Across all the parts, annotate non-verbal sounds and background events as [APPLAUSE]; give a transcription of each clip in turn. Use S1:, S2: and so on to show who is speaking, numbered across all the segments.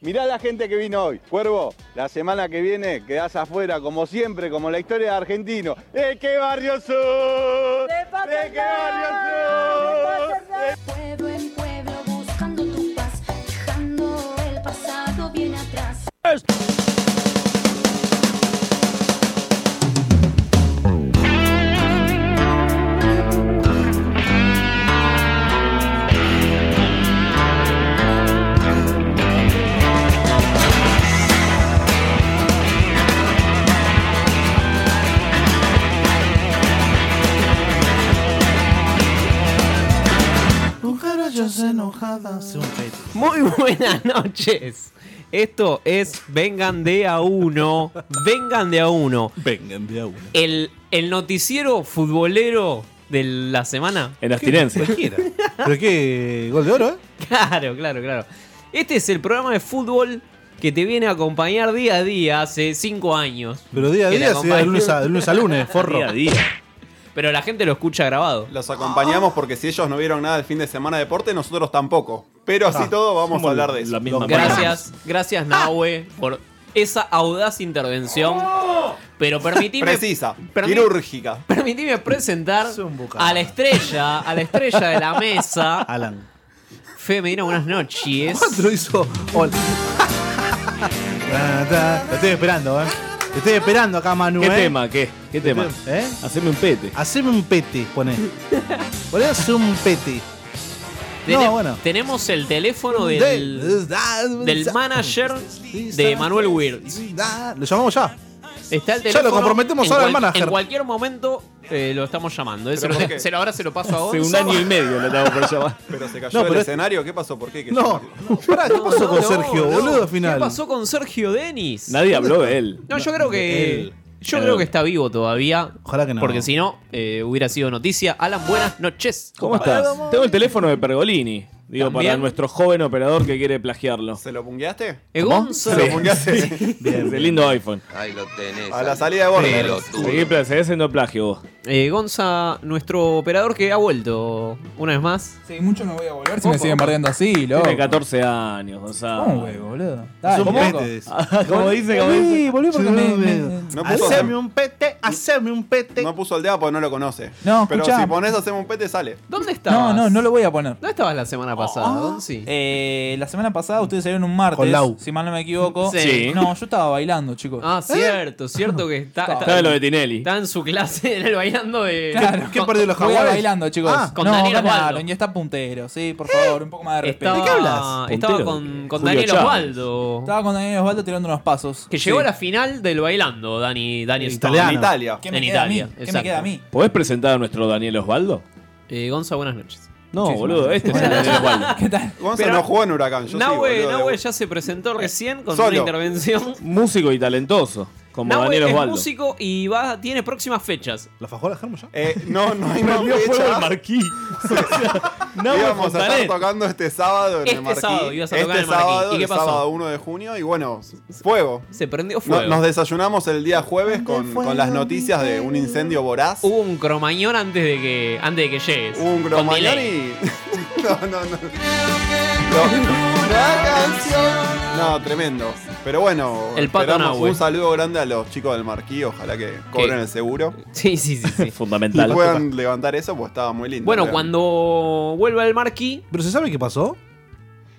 S1: Mirá la gente que vino hoy. Cuervo, la semana que viene quedás afuera, como siempre, como la historia de argentino. ¡De qué barrio sos! ¡De qué barrio sos!
S2: Pueblo en pueblo buscando tu paz, dejando el pasado bien atrás.
S3: Cucarachas enojadas.
S4: Muy buenas noches. Esto es Vengan de a uno. Vengan de a uno.
S3: Vengan de a uno.
S4: El, el noticiero futbolero de la semana.
S5: En abstinencia.
S3: [LAUGHS] Cualquiera. ¿Pero qué? ¿Gol de oro, eh?
S4: [LAUGHS] Claro, claro, claro. Este es el programa de fútbol que te viene a acompañar día a día hace cinco años.
S3: Pero día a
S4: Que la
S3: día, sí, de
S4: acompañe-
S3: lunes a, de lunes a lunes, forro.
S5: Día a día.
S4: Pero la gente lo escucha grabado.
S1: Los acompañamos porque si ellos no vieron nada el fin de semana de deporte, nosotros tampoco. Pero así
S3: Ah,
S1: todo vamos a
S5: somos
S1: hablar de eso.
S5: la misma
S4: Gracias, gracias Nahue por esa audaz intervención. Pero permitime...
S1: Precisa,
S4: permi-
S1: quirúrgica.
S4: Permitime presentar
S3: Es un bocado.
S4: a la estrella, a la estrella de la mesa,
S3: Alan.
S4: Fe Medina, buenas noches.
S3: Cuatro hizo. Hola. Lo estoy esperando, eh. Te estoy esperando acá,
S5: [LAUGHS]
S3: Manu.
S5: ¿Qué
S3: eh.
S5: tema? ¿Qué? ¿Qué tema?
S3: ¿Eh?
S5: Haceme un pete.
S3: Haceme un pete, poné.
S5: [LAUGHS]
S3: Poné, hace un pete.
S4: Tene-
S3: No, bueno.
S4: Tenemos el teléfono del, del manager de Manuel Wirtz.
S3: Lo llamamos ya.
S4: Está el
S3: Ya lo
S4: teléfono.
S3: comprometemos
S4: en
S3: ahora al
S4: cual-
S3: manager.
S4: En cualquier momento eh, lo estamos llamando. eh. Se
S1: ¿Pero
S4: lo-
S1: por qué?
S4: se lo- ahora se lo paso a
S5: Hace
S4: vos.
S5: un año y medio lo estaba por llamar.
S1: Pero se cayó
S3: No,
S1: el
S3: pero-
S1: escenario. ¿Qué pasó? ¿Por qué? ¿Qué-
S3: No. Pará, ¿qué pasó con Sergio, boludo, al final?
S4: ¿Qué pasó con Sergio Denis?
S5: Nadie habló de él.
S4: No, yo creo que.
S3: él.
S4: Yo
S5: Él.
S4: creo que está vivo todavía.
S3: Ojalá que no.
S4: Porque si no, eh, hubiera sido noticia. Alan, buenas noches.
S5: ¿Cómo estás? Tengo el teléfono de Pergolini. Digo, para
S4: También.
S5: nuestro joven operador que quiere plagiarlo.
S1: ¿Se lo pungueaste?
S4: Eh, Gonzo.
S1: ¿Se lo pungueaste?
S5: [LAUGHS] Es el lindo iPhone.
S6: Ahí lo tenés.
S1: A la salida de Border.
S5: Seguí, pla- seguí haciendo plagio vos.
S4: Eh, Gonza, nuestro operador que ha vuelto una vez más.
S7: Sí, mucho no voy a volver si me siguen bardeando así, loco.
S5: Tiene 14 años, Gonzalo.
S7: No,
S4: Eh,
S7: güey, boludo.
S3: Es
S7: Dale,
S3: un
S7: loco.
S3: pete. ese.
S5: Ah, como dice, como dice.
S7: Sí, volví porque me, me-
S1: No puso-
S3: Haceme un pete, haceme un pete.
S1: No puso el dedo porque no lo conoce.
S7: No,
S1: Pero
S7: escuchá.
S1: si pones hacemos un pete, sale.
S4: ¿Dónde estabas?
S7: No, no, no lo voy a poner. Oh, ah.
S4: ¿Dónde estabas la semana pasada, Gonzi?
S7: Eh, la semana pasada ustedes salieron un martes,
S3: Con Lau.
S7: si mal no me equivoco.
S4: Sí.
S5: Sí.
S7: No, yo estaba bailando, chicos. ¿Eh?
S4: ah, cierto, cierto
S7: [LAUGHS]
S4: que está, está,
S5: Estaba lo de Tinelli.
S4: está en su clase en el bailando de.
S7: Claro.
S3: ¿Qué perdió los
S7: Voy a
S3: jaguares?
S7: bailando, chicos.
S3: Ah,
S4: con
S7: no,
S4: Daniel Osvaldo.
S7: ganaron, y está puntero. Sí, por favor, un poco más de respeto.
S4: Estaba,
S3: qué hablas?
S4: Estaba
S5: Puntero.
S4: con, con
S5: Julio
S4: Daniel
S5: Chávez.
S4: Osvaldo.
S7: Estaba con Daniel Osvaldo tirando unos pasos.
S4: Que llegó
S7: Sí.
S4: a la final del bailando, Dani, Dani Stone.
S3: Italiano.
S1: En Italia.
S7: ¿Qué me
S4: en
S7: queda
S4: Italia,
S7: a mí? ¿Qué me
S4: exacto.
S7: queda a mí?
S5: ¿Podés presentar a nuestro Daniel Osvaldo?
S4: Eh, Gonza, buenas noches.
S5: No,
S7: Sí,
S5: boludo,
S7: sí.
S5: este
S4: [LAUGHS]
S5: es el Daniel Osvaldo.
S7: [LAUGHS] ¿Qué tal?
S1: Gonzalo
S4: Pero-
S1: no jugó en Huracán. Yo sí,
S4: Nahue,
S1: boludo, de-
S4: Nahue ya se presentó recién con
S1: Solo.
S4: una
S1: [LAUGHS]
S4: intervención.
S5: Músico y talentoso, como
S4: Nahue
S5: Daniel
S4: es
S5: Osvaldo.
S4: músico y va, tiene próximas fechas.
S3: ¿La fajó la germo ya?
S1: Eh, no, no
S7: [LAUGHS]
S1: hay más
S5: Prendió fuego el
S1: fecha. [LAUGHS]
S5: marquí. Nahue
S1: íbamos a estar
S5: Fontanet.
S1: tocando este sábado en
S4: Este
S1: el Marquí.
S4: sábado ibas a tocar
S1: este
S4: en el Marquí.
S1: sábado,
S4: ¿Y qué
S1: el
S4: pasó?
S1: sábado 1 de junio y bueno, fuego.
S4: Se prendió
S1: No-
S4: fuego.
S1: nos desayunamos el día jueves con, con las noticias de un incendio voraz.
S4: Hubo un cromañón antes de que antes de que llegues.
S1: un
S4: Con
S1: gromañón
S4: delay.
S1: y... no, no, no. No, la canción. No, tremendo. Pero bueno,
S4: El Pato
S1: esperamos
S4: Nahue.
S1: un saludo grande a los chicos del Marquí. Ojalá que cobren
S4: Que-
S1: el seguro.
S4: [LAUGHS] Sí, sí, sí,
S1: [LAUGHS]
S4: sí.
S1: Y
S5: Fundamental.
S1: puedan levantar eso, pues estaba muy lindo.
S4: bueno,
S1: Vean.
S4: cuando vuelva el Marquis,
S3: ¿Pero se sabe qué pasó?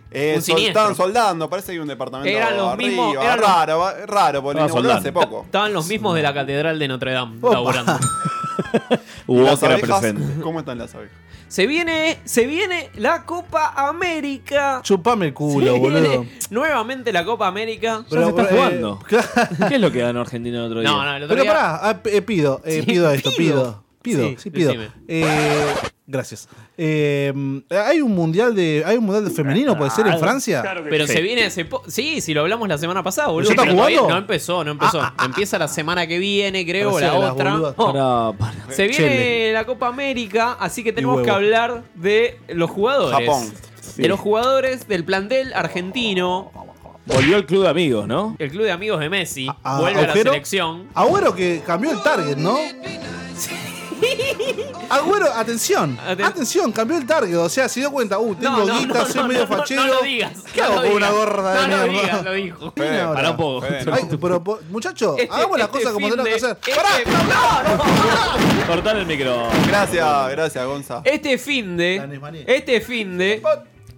S1: Eh,
S4: un
S1: sol-
S4: siniestro.
S1: estaban soldando, parece que hay un departamento
S4: Eran los
S1: arriba,
S4: mismos- eran los-
S1: raro, va- raro, porque
S5: Estaban
S1: inauguró hace
S5: soldando.
S1: poco.
S4: estaban los mismos de la Catedral de Notre Dame
S3: Opa. [LAUGHS]
S4: laburando.
S5: Hubo
S1: las
S5: otra
S1: abejas,
S5: presente.
S1: ¿Cómo están las abejas?
S4: Se viene, se viene la Copa América.
S3: Chupame el culo,
S4: Se viene
S3: boludo.
S4: Nuevamente la Copa América.
S5: se está
S3: eh,
S5: jugando.
S3: [LAUGHS] claro.
S5: ¿Qué es lo que ganó Argentina el otro día?
S4: No, no, el otro
S3: Pero
S4: día-
S3: pará, ah, p- eh, pido, eh,
S4: Sí,
S3: pido esto,
S4: pido.
S3: pido. Pido,
S4: Sí,
S3: sí, pido.
S4: decime.
S3: Eh, Gracias. Eh, hay un mundial de. Hay un mundial de femenino, puede ser, en Francia.
S4: Pero se viene hace po- Sí, si lo hablamos la semana pasada, boludo.
S3: ¿Ya está
S4: Pero todavía
S3: jugando?
S4: No empezó, no
S3: [LAUGHS]
S4: empezó. Empieza la semana que viene, creo,
S3: Parece
S4: la
S3: de las
S4: otra.
S3: boludas.
S4: Oh,
S5: Para, para.
S4: se viene
S3: Chele.
S4: la Copa América, así que tenemos
S3: huevo.
S4: que hablar de los jugadores.
S8: Japón.
S4: De los jugadores del plantel argentino,
S5: Volvió el club de amigos, ¿no?
S4: el club de amigos de Messi,
S3: Ah,
S4: vuelve a la
S3: Agüero.
S4: selección.
S3: Agüero que cambió el target, ¿no? Agüero, Ah, atención,
S4: Aten-
S3: atención, cambió el target. O sea, se dio cuenta, uh, tengo guita, soy medio fachero.
S4: No, lo digas.
S3: ¿Qué
S4: no
S3: hago
S4: lo
S3: con una
S4: digas.
S3: gorra de
S4: No lo
S3: mierda?
S4: digas, lo dijo.
S3: ¿Qué viene ahora?
S5: Pará un poco.
S8: Fede,
S3: Ay, pero, po- muchachos,
S4: Este-
S3: hagamos las
S4: este
S3: cosas como
S4: fin
S3: tenemos que
S4: de-
S3: hacer.
S4: este-
S3: ¡Pará!
S4: no, no.
S5: Cortar el micro.
S1: Gracias, gracias, Gonza.
S4: Este fin
S3: La
S4: de.
S3: Nesmaní.
S4: Este fin de.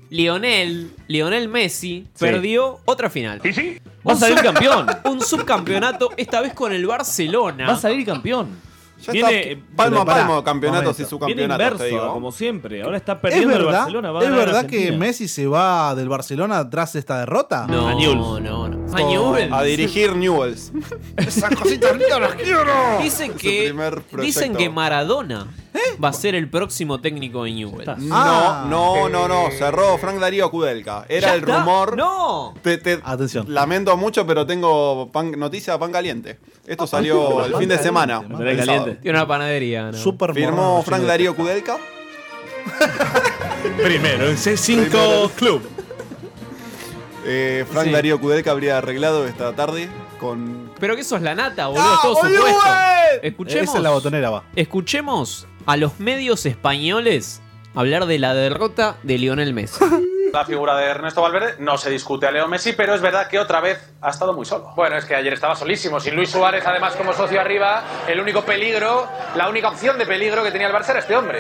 S4: Lionel, Lionel Messi perdió otra final.
S1: ¿Y sí?
S5: Va a salir campeón.
S4: Un subcampeonato, esta vez con el Barcelona.
S5: Va a salir campeón.
S1: Ya
S5: Viene-
S1: está palmo a
S3: pero pará,
S1: palmo, campeonatos y
S3: momento.
S5: Viene
S1: subcampeonatos,
S5: inverso,
S1: te digo.
S5: como siempre. Ahora está
S3: ¿Es
S5: perdiendo el
S3: verdad,
S5: Barcelona. Va a
S3: ¿es
S5: ganar
S3: verdad
S5: Argentina.
S3: que Messi se va del Barcelona tras esta derrota?
S4: No,
S5: A
S4: no,
S5: Newell's.
S4: no.
S3: Oh,
S1: A dirigir Newells.
S3: Esas cositas lindas las quiero.
S4: Dicen que,
S1: primer proyecto. ¿Eh?
S4: dicen que Maradona va a ser el próximo técnico de Newell's.
S3: Ah,
S1: no, no, no, no. Cerró Frank Darío Kudelka. Era el rumor.
S4: ¡No!
S1: Te- te-
S3: Atención.
S1: Lamento mucho, pero tengo pan- noticia pan caliente. Esto
S4: Ah,
S1: salió el fin de semana.
S3: Pan
S5: caliente,
S1: el
S5: pan
S1: sábado.
S4: Tiene una panadería, ¿no?
S3: Super
S1: Firmó
S3: morón,
S1: Frank
S3: chino.
S1: Darío Kudelka.
S5: [LAUGHS] Primero, en
S1: Primero.
S5: C5 Club.
S1: Eh, Frank
S4: Sí.
S1: Darío Kudelka habría arreglado esta tarde con.
S4: Pero que eso es la nata,
S1: Ah,
S4: boludo, todo supuesto.
S1: eh.
S4: Escuchemos.
S3: Esa es la botonera, va.
S4: Escuchemos a los medios españoles hablar de la derrota de Lionel Messi.
S6: La figura de Ernesto Valverde no se discute a Leo Messi, pero es verdad que otra vez ha estado muy solo. Bueno, es que ayer estaba solísimo, sin Luis Suárez además como socio arriba, [LAUGHS] el único peligro, la única opción de peligro que tenía el Barça era este hombre.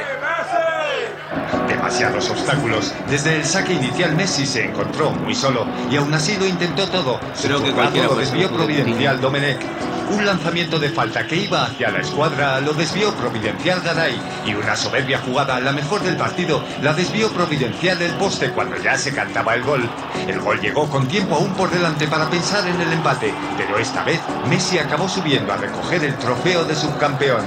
S9: Demasiados obstáculos. Desde el saque inicial Messi se encontró muy solo y aún así lo intentó todo. Creo que cualquiera lo desvió providencial Domenech. Un lanzamiento de falta que iba hacia la escuadra lo desvió providencial Garay y una soberbia jugada, la mejor del partido, la desvió providencial el poste cuando ya se cantaba el gol. El gol llegó con tiempo aún por delante para pensar en el empate, pero esta vez Messi acabó subiendo a recoger el trofeo de subcampeón.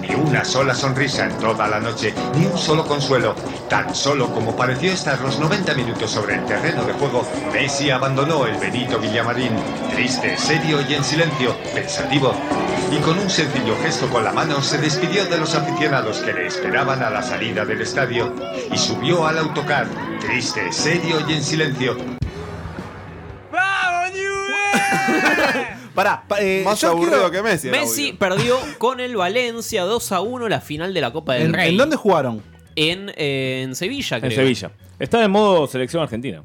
S9: Ni una sola sonrisa en toda la noche, ni un solo consuelo. Tan solo como pareció estar los 90 minutos sobre el terreno de juego, Messi abandonó el Benito Villamarín, triste, serio y en silencio, pensativo. Y con un sencillo gesto con la mano se despidió de los aficionados que le esperaban a la salida del estadio y subió al autocar, triste, serio y en silencio,
S3: [LAUGHS] Pará, pa- eh,
S1: Más
S3: yo
S1: aburrido
S3: quiero-
S1: que Messi. era
S4: Messi
S1: obvio.
S4: perdió con el Valencia 2 a 1 la final de la Copa del
S3: ¿En,
S4: Rey.
S3: en dónde jugaron?
S4: En, eh, en Sevilla, creo.
S5: En Sevilla. Está de modo selección argentina.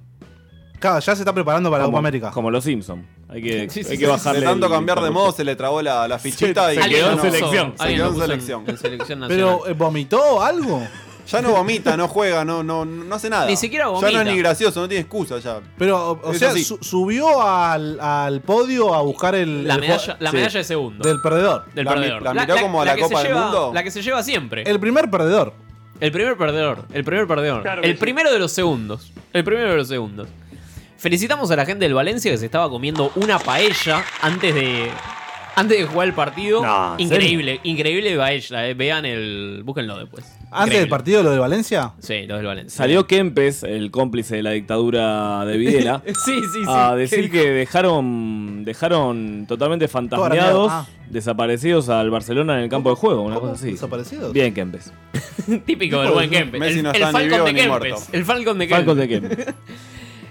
S3: Claro, ya se está preparando para la
S5: como,
S3: Copa América.
S5: Como los Simpsons. Hay que,
S4: Sí, sí,
S5: hay
S4: sí,
S5: que bajarle.
S1: De tanto
S5: el-
S1: cambiar de modo se le trabó la, la fichita
S5: Se-
S1: y
S5: se
S4: Alguien
S5: quedó en
S4: lo
S1: no-
S4: puso-
S5: selección.
S1: Se
S4: alguien
S1: quedó
S4: lo
S1: en
S4: puso
S1: selección.
S4: en selección nacional.
S3: Pero eh, vomitó algo.
S1: Ya no vomita, no juega, no, no, no hace nada.
S4: Ni siquiera
S1: Ya no
S4: vomita.
S1: es ni gracioso, no tiene excusa ya.
S3: Pero, o, o
S1: Eso
S3: sea,
S1: sí.
S3: su- subió al, al podio a buscar el,
S4: la
S3: el
S4: medalla, la
S3: sí,
S4: medalla de segundo.
S3: del perdedor.
S4: del
S1: la mi-
S4: perdedor.
S1: la miró como a la
S4: que se
S1: Copa del
S4: lleva-
S1: Mundo.
S4: La que se lleva siempre. El,
S3: El primer perdedor.
S4: primer perdedor. El primer perdedor.
S6: que
S4: el
S6: sí.
S4: primero de los segundos. El primero de los segundos. Felicitamos a la gente del Valencia que se estaba comiendo una paella antes de. Antes de jugar el partido.
S5: No, ¿en
S4: increíble, increíble paella. eh. Vean el. Búsquenlo después.
S3: Antes del
S4: Increíble.
S3: partido, lo de Valencia.
S4: Sí, lo del Valencia.
S5: Salió Kempes, el cómplice de la dictadura de Videla,
S4: Sí, sí, sí.
S5: a decir
S4: ¿Qué
S5: que dejaron, dejaron totalmente fantasmeados,
S3: Toda la mierda,
S5: desaparecidos al Barcelona en el campo de juego, una cosa así.
S3: ¿Desaparecido?
S5: Bien, Kempes.
S4: dijo? Típico del buen Kempes.
S1: Messi
S4: el,
S1: no
S4: el
S1: está ni
S4: Falcon
S1: vivo
S4: de
S1: ni
S4: Kempes.
S1: muerto.
S4: El Falcon de Kempes.
S5: Falcos de
S4: [LAUGHS]
S5: Kempes.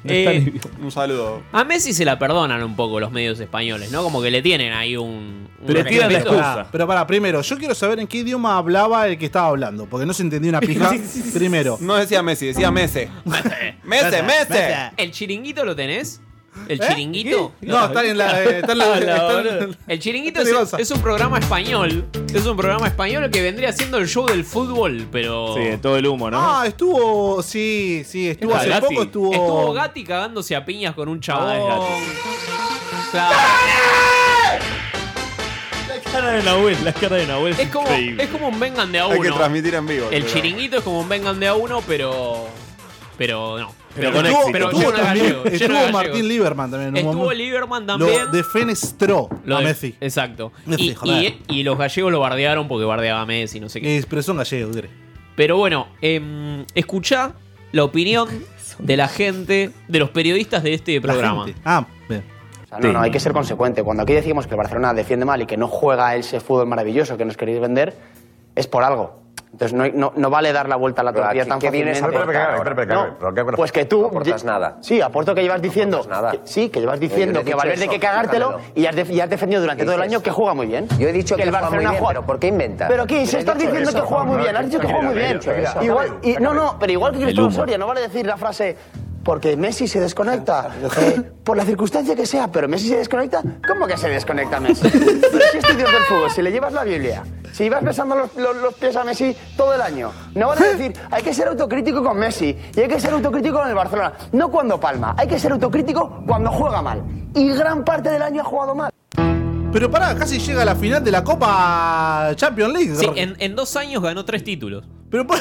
S5: No está
S4: Eh,
S5: ni vivo.
S1: Un saludo.
S4: A Messi se la perdonan un poco los medios españoles, ¿no? Como que le tienen ahí un. un
S5: Le tiran la
S4: respeto.
S5: excusa.
S4: [LAUGHS]
S3: Pará, pero para, primero, yo quiero saber en qué idioma hablaba el que estaba hablando, porque no se entendía
S4: [LAUGHS]
S3: una pija. primero.
S1: No decía Messi,
S5: [LAUGHS]
S1: decía Mese.
S3: [LAUGHS]
S1: Mese, Mese.
S4: ¿El chiringuito lo tenés? ¿El
S3: ¿Eh?
S4: chiringuito? Ah,
S3: ¿Qué? No, está en la. eh,
S4: [LAUGHS]
S3: Está en la.
S5: Hola,
S3: está en-
S5: boludo.
S4: El chiringuito
S3: Dale,
S4: es,
S3: Gonza.
S4: es un programa español. Es un programa español que vendría siendo el show del fútbol, pero.
S5: Sí, todo el humo, ¿no?
S3: Ah, estuvo. Sí, sí, estuvo
S5: Está
S3: hace
S5: Gatti.
S3: poco, estuvo.
S4: Estuvo Gatti cagándose a piñas con un chabón.
S5: Ah, es Gatti.
S4: Claro.
S5: la cara de Nahuel, la cara de Nahuel.
S4: Es como,
S5: increíble.
S4: es como un vengan de a
S1: Hay que
S4: uno.
S1: transmitir en vivo.
S4: El
S1: pero-
S4: chiringuito es como un vengan de a uno, pero. Pero no.
S5: Pero con
S3: Estuvo,
S5: éxito.
S4: pero
S3: estuvo
S4: lleno de
S3: también-
S4: gallegos, lleno de
S3: estuvo
S4: gallegos.
S3: Martín Lieberman también. en un
S4: Estuvo
S3: momento.
S4: Lieberman también.
S3: Lo defenestró
S4: Lo
S3: a
S4: de-
S3: Messi.
S4: Exacto.
S3: Messi,
S4: Y- y,
S3: joder.
S4: y los gallegos lo bardearon porque bardeaba a Messi, no sé qué.
S3: Eh, pero son gallegos, diré.
S4: Pero bueno, em, escuchá la
S3: [LAUGHS]
S4: opinión de la gente, de los periodistas de este programa.
S3: Ah, bien.
S10: O sea, no, no, hay que ser consecuente. Cuando aquí decimos que el Barcelona defiende mal y que no juega ese fútbol maravilloso que nos queréis vender, es por algo. Entonces no, hay- no- no vale dar la vuelta a la tortilla tan
S11: ¿Qué vienes a
S10: fácilmente.
S11: aportar ahora?
S10: No, pues que tú...
S11: No aportas nada.
S10: Sí, aporto que llevas diciendo...
S11: nada.
S10: que- sí, que llevas
S11: Yo- yo
S10: diciendo
S11: he
S10: que
S11: dicho
S10: Valverde hay
S11: eso,
S10: que cagártelo
S11: déjamelo.
S10: y has, def- y has defendido durante todo el
S11: Dices-
S10: año que juega muy bien.
S11: Yo he dicho que,
S10: el Barcelona
S11: juega muy bien, pero ¿por qué inventa?
S10: Pero aquí, si estás diciendo que juega muy bien, has dicho que juega muy bien. Igual, y, no, no, pero igual que
S11: El
S10: Cristóbal
S11: humo.
S10: Soria, no vale decir la frase porque Messi se desconecta, eh, por la circunstancia que sea, pero Messi se desconecta, ¿cómo que se desconecta Messi? Pero si es tu Dios del fútbol, si le llevas la Biblia, si vas besando los, los- los pies a Messi todo el año, no vale decir, hay que ser autocrítico con Messi y hay que ser autocrítico con el Barcelona, no cuando palma, hay que ser autocrítico cuando juega mal. Y gran parte del año ha jugado mal.
S3: Pero pará, casi llega a la final de la Copa Champions League.
S4: Sí, en, en dos años ganó tres títulos.
S3: Pero por-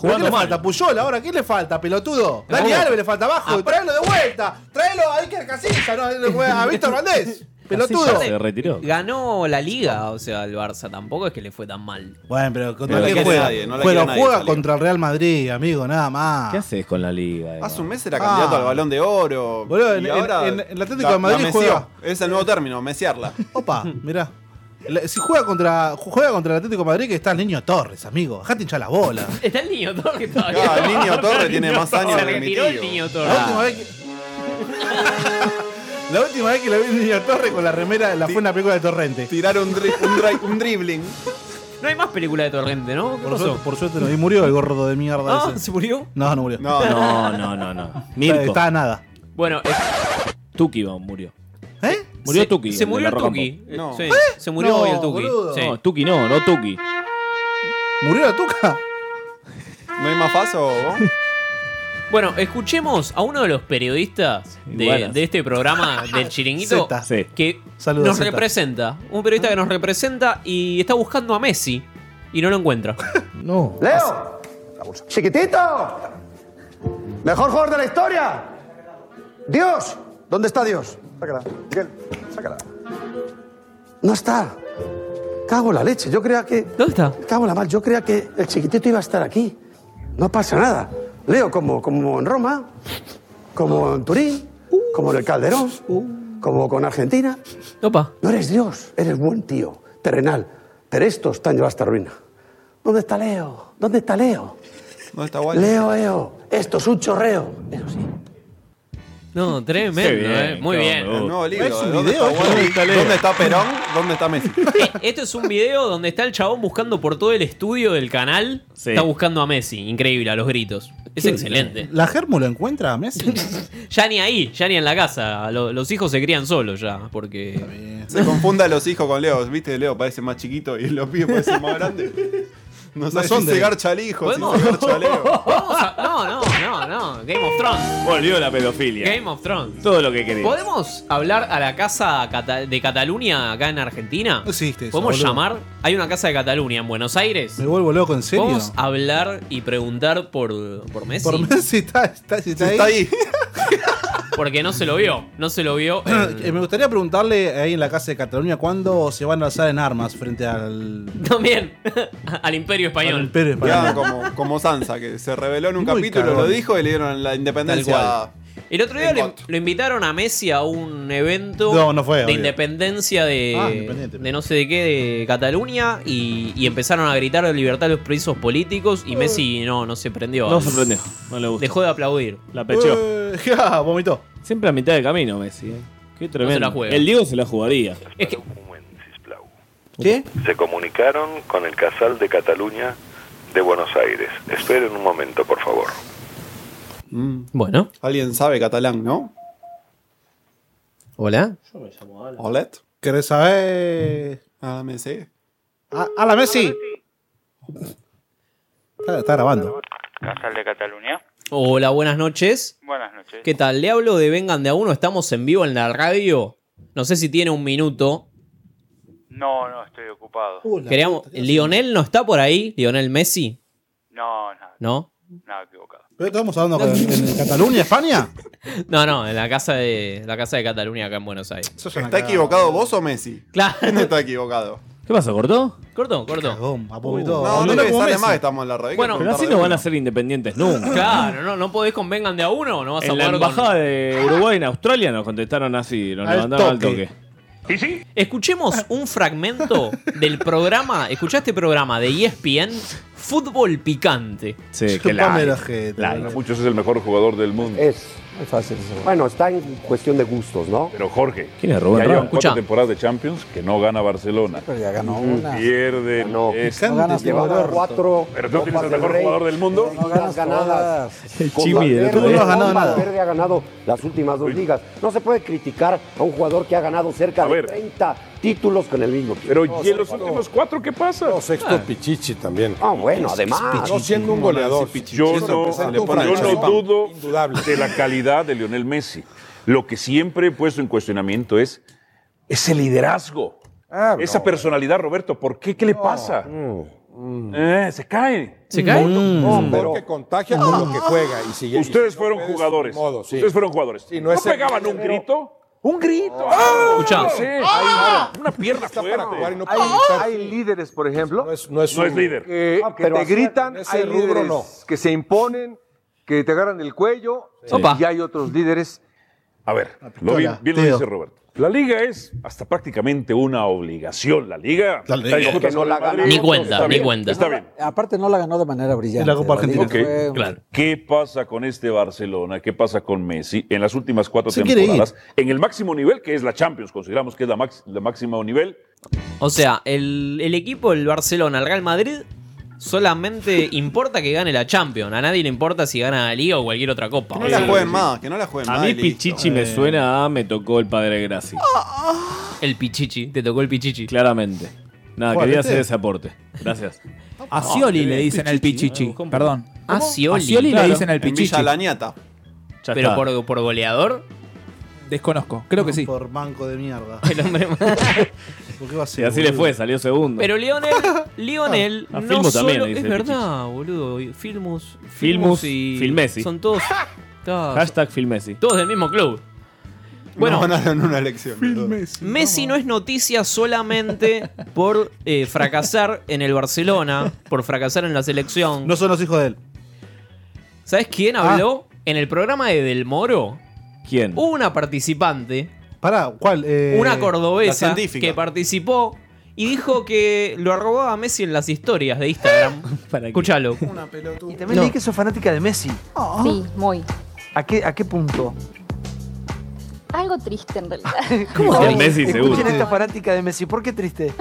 S3: ¿Pero ¿Qué le falta? Puyol ahora, ¿qué le falta, pelotudo? Dani
S4: ¿Cómo?
S3: Alves le falta
S4: Ah,
S3: abajo, tráelo de vuelta, tráelo a Iker Casillas, ¿no? a Víctor Valdés, pelotudo.
S4: Aparte, Ganó la liga, o sea, el Barça tampoco es que le fue tan mal.
S3: Bueno, pero
S4: No
S3: contra
S4: la
S3: quién
S4: quiere
S3: juega.
S4: nadie, no la
S3: Bueno,
S4: quiere nadie
S3: juega
S4: esa liga.
S3: contra el Real Madrid, amigo, nada más.
S5: ¿Qué haces con la liga?
S1: Hace un mes era candidato
S3: Ah.
S1: al balón de oro.
S3: Boludo, en-
S1: y
S3: en-
S1: ahora
S3: en- en el Atlético
S1: la-
S3: de Madrid
S1: la meció.
S3: juega.
S1: Es el nuevo término, mesiarla.
S4: [LAUGHS]
S3: Opa, mirá. La- Si juega contra, juega contra el Atlético de Madrid, que está el niño Torres, amigo. Dejate hinchar las bolas.
S4: Está el niño
S3: [LAUGHS]
S4: Torre todavía.
S3: Ah, el niño Torre tiene más años
S4: Se
S3: que mi
S4: retiró
S3: tío.
S4: el niño Torre.
S3: La última vez que. La última vez que lo vi el niño Torres con la remera la fue en una película de Torrente.
S1: Tirar un, dribbling.
S4: No hay más película de Torrente, ¿no? ¿Qué
S3: Por
S4: pasó?
S3: suerte, por suerte no. Y murió el gordo de mierda
S4: Ah,
S3: ese.
S4: ¿se murió?
S3: No, no murió.
S4: No, no, no,
S5: no, no.
S3: Está, está a nada.
S4: Bueno,
S5: Tuki va, murió.
S3: ¿Eh?
S5: Murió
S4: Se-
S5: Tuki.
S4: se
S5: de
S4: murió
S5: la
S4: el
S5: Rock
S4: Tuki.
S5: and Pop.
S4: Eh, No. sí, se murió No, hoy el Tuki. boludo. Sí.
S5: No, Tuki no, no Tuki.
S3: ¿Murió la Tuca?
S1: ¿No hay más paso?
S4: Bueno, escuchemos a uno de los periodistas de,
S5: Iguanas.
S4: de este
S3: [LAUGHS]
S4: programa del Chiringuito
S5: Zeta. Sí.
S4: que
S5: Saludos,
S4: nos
S5: Zeta.
S4: representa. Un periodista que nos representa y está buscando a Messi y no lo
S1: [LAUGHS]
S4: encuentra.
S3: No.
S10: ¡Leo! ¡Chiquitito! ¡Mejor jugador de la historia! ¡Dios! ¿Dónde está Dios?
S12: Sácala, Miguel, sácala.
S10: No está. Cago en la leche. Yo creía que.
S4: ¿Dónde está?
S10: Cago en la mal. Yo creía que el chiquitito iba a estar aquí. No pasa nada. Leo, como, como en Roma, como en Turín, como en el Calderón, como con Argentina.
S4: Opa.
S10: No eres Dios, eres buen tío, terrenal. Pero estos te han llevado hasta ruina. ¿Dónde está Leo? ¿Dónde está Leo?
S1: ¿Dónde está
S10: Leo, Leo. Esto es un chorreo.
S4: No, tremendo,
S1: Qué bien,
S4: eh. Muy
S1: qué
S4: bien.
S1: bueno. El nuevo libro,
S4: Es un
S1: ¿dónde
S4: video,
S1: está
S4: ¿eh?
S1: Wally?
S4: Está Leo.
S1: ¿Dónde está Perón? ¿Dónde está Messi?
S4: Eh, Esto es un video donde está el chabón buscando por todo el estudio del canal. Está buscando a Messi. Increíble, a los gritos. Es excelente.
S3: ¿La Germu lo encuentra
S4: [LAUGHS]
S3: a Messi?
S4: Ya ni ahí, ya ni en la casa. Lo- los hijos se crían solos ya, porque...
S1: Se confunda los hijos con Leo. Viste, Leo parece más chiquito y los pibes parecen más grandes. No sabes
S5: son
S1: si
S5: de-
S1: se garcha al hijo, si
S4: ¿Podemos? [LAUGHS]
S1: se garcha a Leo.
S4: Vamos a- No, no, no, no. Game of Thrones.
S5: Volvió la pedofilia.
S4: Game of Thrones.
S5: Todo lo que quería.
S4: ¿Podemos hablar a la casa cata- de Cataluña acá en Argentina?
S3: existe eso,
S4: ¿Podemos
S3: boludo.
S4: llamar? Hay una casa de Cataluña en Buenos Aires.
S3: Me vuelvo loco, ¿en serio?
S4: ¿Podemos hablar y preguntar por, por Messi?
S3: Por Messi está, está, está ahí.
S4: Porque no se lo vio. No se lo
S3: [LAUGHS]
S4: vio. en-
S3: [COUGHS] Eh, Me gustaría preguntarle ahí en la casa de Cataluña cuándo se van a alzar en armas frente al.
S4: También. [LAUGHS] Al Imperio Español.
S3: Al Imperio
S1: Ya,
S3: Español.
S1: como, como Sansa, que se reveló en un
S3: Muy
S1: capítulo,
S3: cagón.
S1: lo dijo y le dieron la independencia.
S4: El otro día lo, lo invitaron a Messi a un evento
S3: No, no fue,
S4: de
S3: obvio.
S4: independencia de,
S3: Ah, independiente.
S4: de no sé de qué de Cataluña y, y empezaron a gritar de libertad a los presos políticos y Messi no, no se prendió.
S5: No se prendió, no le gustó.
S4: Dejó de aplaudir.
S5: La pecheó.
S3: Eh, ja, vomitó.
S5: Siempre a mitad de camino, Messi. eh. Qué tremendo.
S4: la juega.
S5: El Diego se la jugaría.
S3: ¿Qué?
S13: Se comunicaron con el Casal de Cataluña de Buenos Aires. Esperen un momento, por favor.
S4: Bueno.
S1: Mm. Alguien sabe catalán, ¿no?
S4: Hola.
S1: ¿Olet?
S3: ¿Querés saber?
S1: Ah, me sé.
S3: ¡A, a la Messi! Está, está grabando.
S14: Casal de Cataluña.
S4: Hola, buenas noches.
S14: Buenas noches.
S4: ¿Qué tal? Le hablo de Vengan de a uno, estamos en vivo en la radio. No sé si tiene un minuto.
S14: No, no, estoy ocupado.
S4: Queríamos- Lionel no está por ahí, Lionel Messi,
S14: No, nada,
S4: ¿no?
S14: nada equivocado.
S3: ¿Pero estamos hablando con- en Cataluña, España?
S4: [LAUGHS] No, no, en la casa de la casa de Cataluña acá en Buenos Aires.
S1: ¿Está equivocado vos o Messi? [LAUGHS]
S4: Claro.
S1: ¿Quién está equivocado?
S5: ¿Qué pasa, cortó?
S4: Cortó, cortó.
S5: Uh,
S1: No, no,
S5: boludo.
S1: le sale más que estamos en la radio.
S4: Bueno,
S5: pero así no van a ser independientes nunca.
S4: Claro, no, no podés convengan de a uno, no vas a
S5: En la
S4: poder con-
S5: embajada de Uruguay en Australia nos contestaron así, nos
S4: Al
S5: levantaron al
S4: toque.
S5: toque.
S4: Escuchemos un fragmento del programa, ¿escuchaste programa de E ESPN? Fútbol picante.
S5: Sí,
S4: que
S11: Chupame
S4: la-
S11: el
S4: ojete.
S11: Para Muchos es el mejor jugador del mundo. Es, es fácil.
S12: Bueno, está en cuestión de gustos, ¿no? Pero Jorge,
S11: ¿Quién es Rubén
S12: ya
S11: Ramos?
S12: llevan cuatro
S11: Escucha.
S12: temporadas de Champions que no gana Barcelona.
S11: Pero ya ganó
S12: Mm.
S11: una.
S12: Pierde. No,
S11: No ganas
S12: llevaba
S11: todo el orto.
S12: cuatro. Pero tú
S11: Copas
S12: tienes el
S11: del
S12: mejor
S11: Rey.
S12: jugador del mundo.
S11: No ganas
S9: [LAUGHS]
S12: ganadas.
S11: El
S12: Con
S11: Chimi, el otro
S12: Valverde,
S11: día. No has ganado
S12: con
S11: nada.
S12: Valverde ha ganado las últimas dos ligas. No se puede criticar a un jugador que ha ganado cerca de 30 títulos con el mismo equipo.
S11: Pero, ¿y en los
S12: últimos cuatro qué pasa? Los
S11: Sexto Pichichi también.
S12: Ah, bueno, además.
S11: No siendo un goleador.
S12: Yo no-
S11: Representa
S12: yo
S11: un
S12: no
S11: franchise.
S12: dudo
S7: dudo de la calidad de Lionel Messi. Lo que siempre he puesto en cuestionamiento es ese liderazgo, esa personalidad, Roberto. ¿Por qué? ¿Qué le pasa? Eh, se cae.
S4: ¿Se cae?
S7: No, pero-
S15: Porque contagia con lo que juega. Y sigue,
S7: Ustedes fueron jugadores.
S15: modo, sí.
S7: Ustedes fueron jugadores.
S15: Sí, no
S7: no
S15: es el-
S7: pegaban un
S15: pero-
S7: grito. Un grito.
S15: Escuchá.
S7: No sé,
S15: Ah.
S7: Una pierna fuerte.
S15: hay,
S16: hay líderes, por ejemplo. No
S15: es, no es,
S7: No es
S15: un-
S7: líder.
S16: que,
S15: Ah,
S16: que
S15: pero
S16: te
S15: hacer-
S16: gritan,
S15: en ese
S16: hay
S15: rubro
S16: líderes
S15: no.
S16: que se imponen, que te agarran el cuello,
S7: Sí.
S16: y hay otros líderes.
S7: A ver, lo bien, bien lo dice Roberto. La liga es hasta prácticamente una obligación. La liga.
S11: La
S7: Está
S11: liga.
S7: bien,
S11: Que no la
S7: Madrid,
S11: ganamos. Ni cuenta,
S7: está
S11: ni
S7: bien,
S11: cuenta.
S7: Está bien.
S17: Eh, Aparte no la ganó de manera brillante.
S7: Ok. ¿Qué pasa con este Barcelona? ¿Qué pasa con Messi en las últimas cuatro
S4: Se quiere
S7: temporadas? En el máximo nivel, que es la Champions, consideramos que es la, max- la máxima nivel.
S4: O sea, el, el equipo, el Barcelona, el Real Madrid, solamente importa que gane la Champions. A nadie le importa si gana la Liga o cualquier otra copa.
S1: no la jueguen más, que no la jueguen
S5: A
S1: más.
S5: mí
S1: y listo.
S5: Pichichi
S3: Eh.
S5: me suena a me tocó el padre Graci.
S1: Ah.
S4: El Pichichi, te tocó el Pichichi.
S5: Claramente. Nada,
S4: ¿Cuál,
S5: quería
S4: este?
S5: hacer ese aporte. Gracias.
S18: A Scioli le dicen el pichichi. Perdón.
S5: Ah,
S4: A Scioli.
S18: A Scioli
S4: Claro.
S18: le dicen el
S4: En Villa
S18: pichichi.
S4: Laniata. Pero por, por goleador,
S5: [LAUGHS]
S18: Desconozco. Creo que sí.
S3: Por banco de mierda.
S4: el hombre más.
S3: ¿Por qué va a ser,
S5: Y así le
S3: boludo?
S5: fue, salió segundo.
S4: Pero Lionel, Lionel
S5: Ah,
S4: no
S5: Filmus
S4: solo-
S5: también le
S4: es
S5: dice
S4: verdad, boludo. Filmus, Filmus,
S5: Filmus,
S4: y
S5: Filmesi. [LAUGHS]
S4: son todos, todos-
S5: Hashtag Filmesi.
S4: todos del mismo club. Bueno,
S1: No ganaron una elección.
S4: Messi no es noticia solamente por eh, fracasar en el Barcelona, por fracasar en la selección.
S3: No son los hijos de él.
S4: ¿Sabes quién habló en el programa de Del Moro?
S5: ¿Quién?
S4: Una participante,
S3: Pará, ¿cuál? Eh,
S4: una cordobesa,
S3: la
S4: que participó y dijo que lo arrobaba a Messi en las historias de Instagram. Escúchalo.
S18: Y
S4: también No. leí
S18: que sos fanática de Messi.
S2: Sí, muy.
S18: ¿A qué, ¿A qué punto?
S2: Algo triste en realidad.
S18: [LAUGHS] ¿Cómo
S5: El Messi, seguro.
S18: esta fanática de Messi, ¿por qué triste?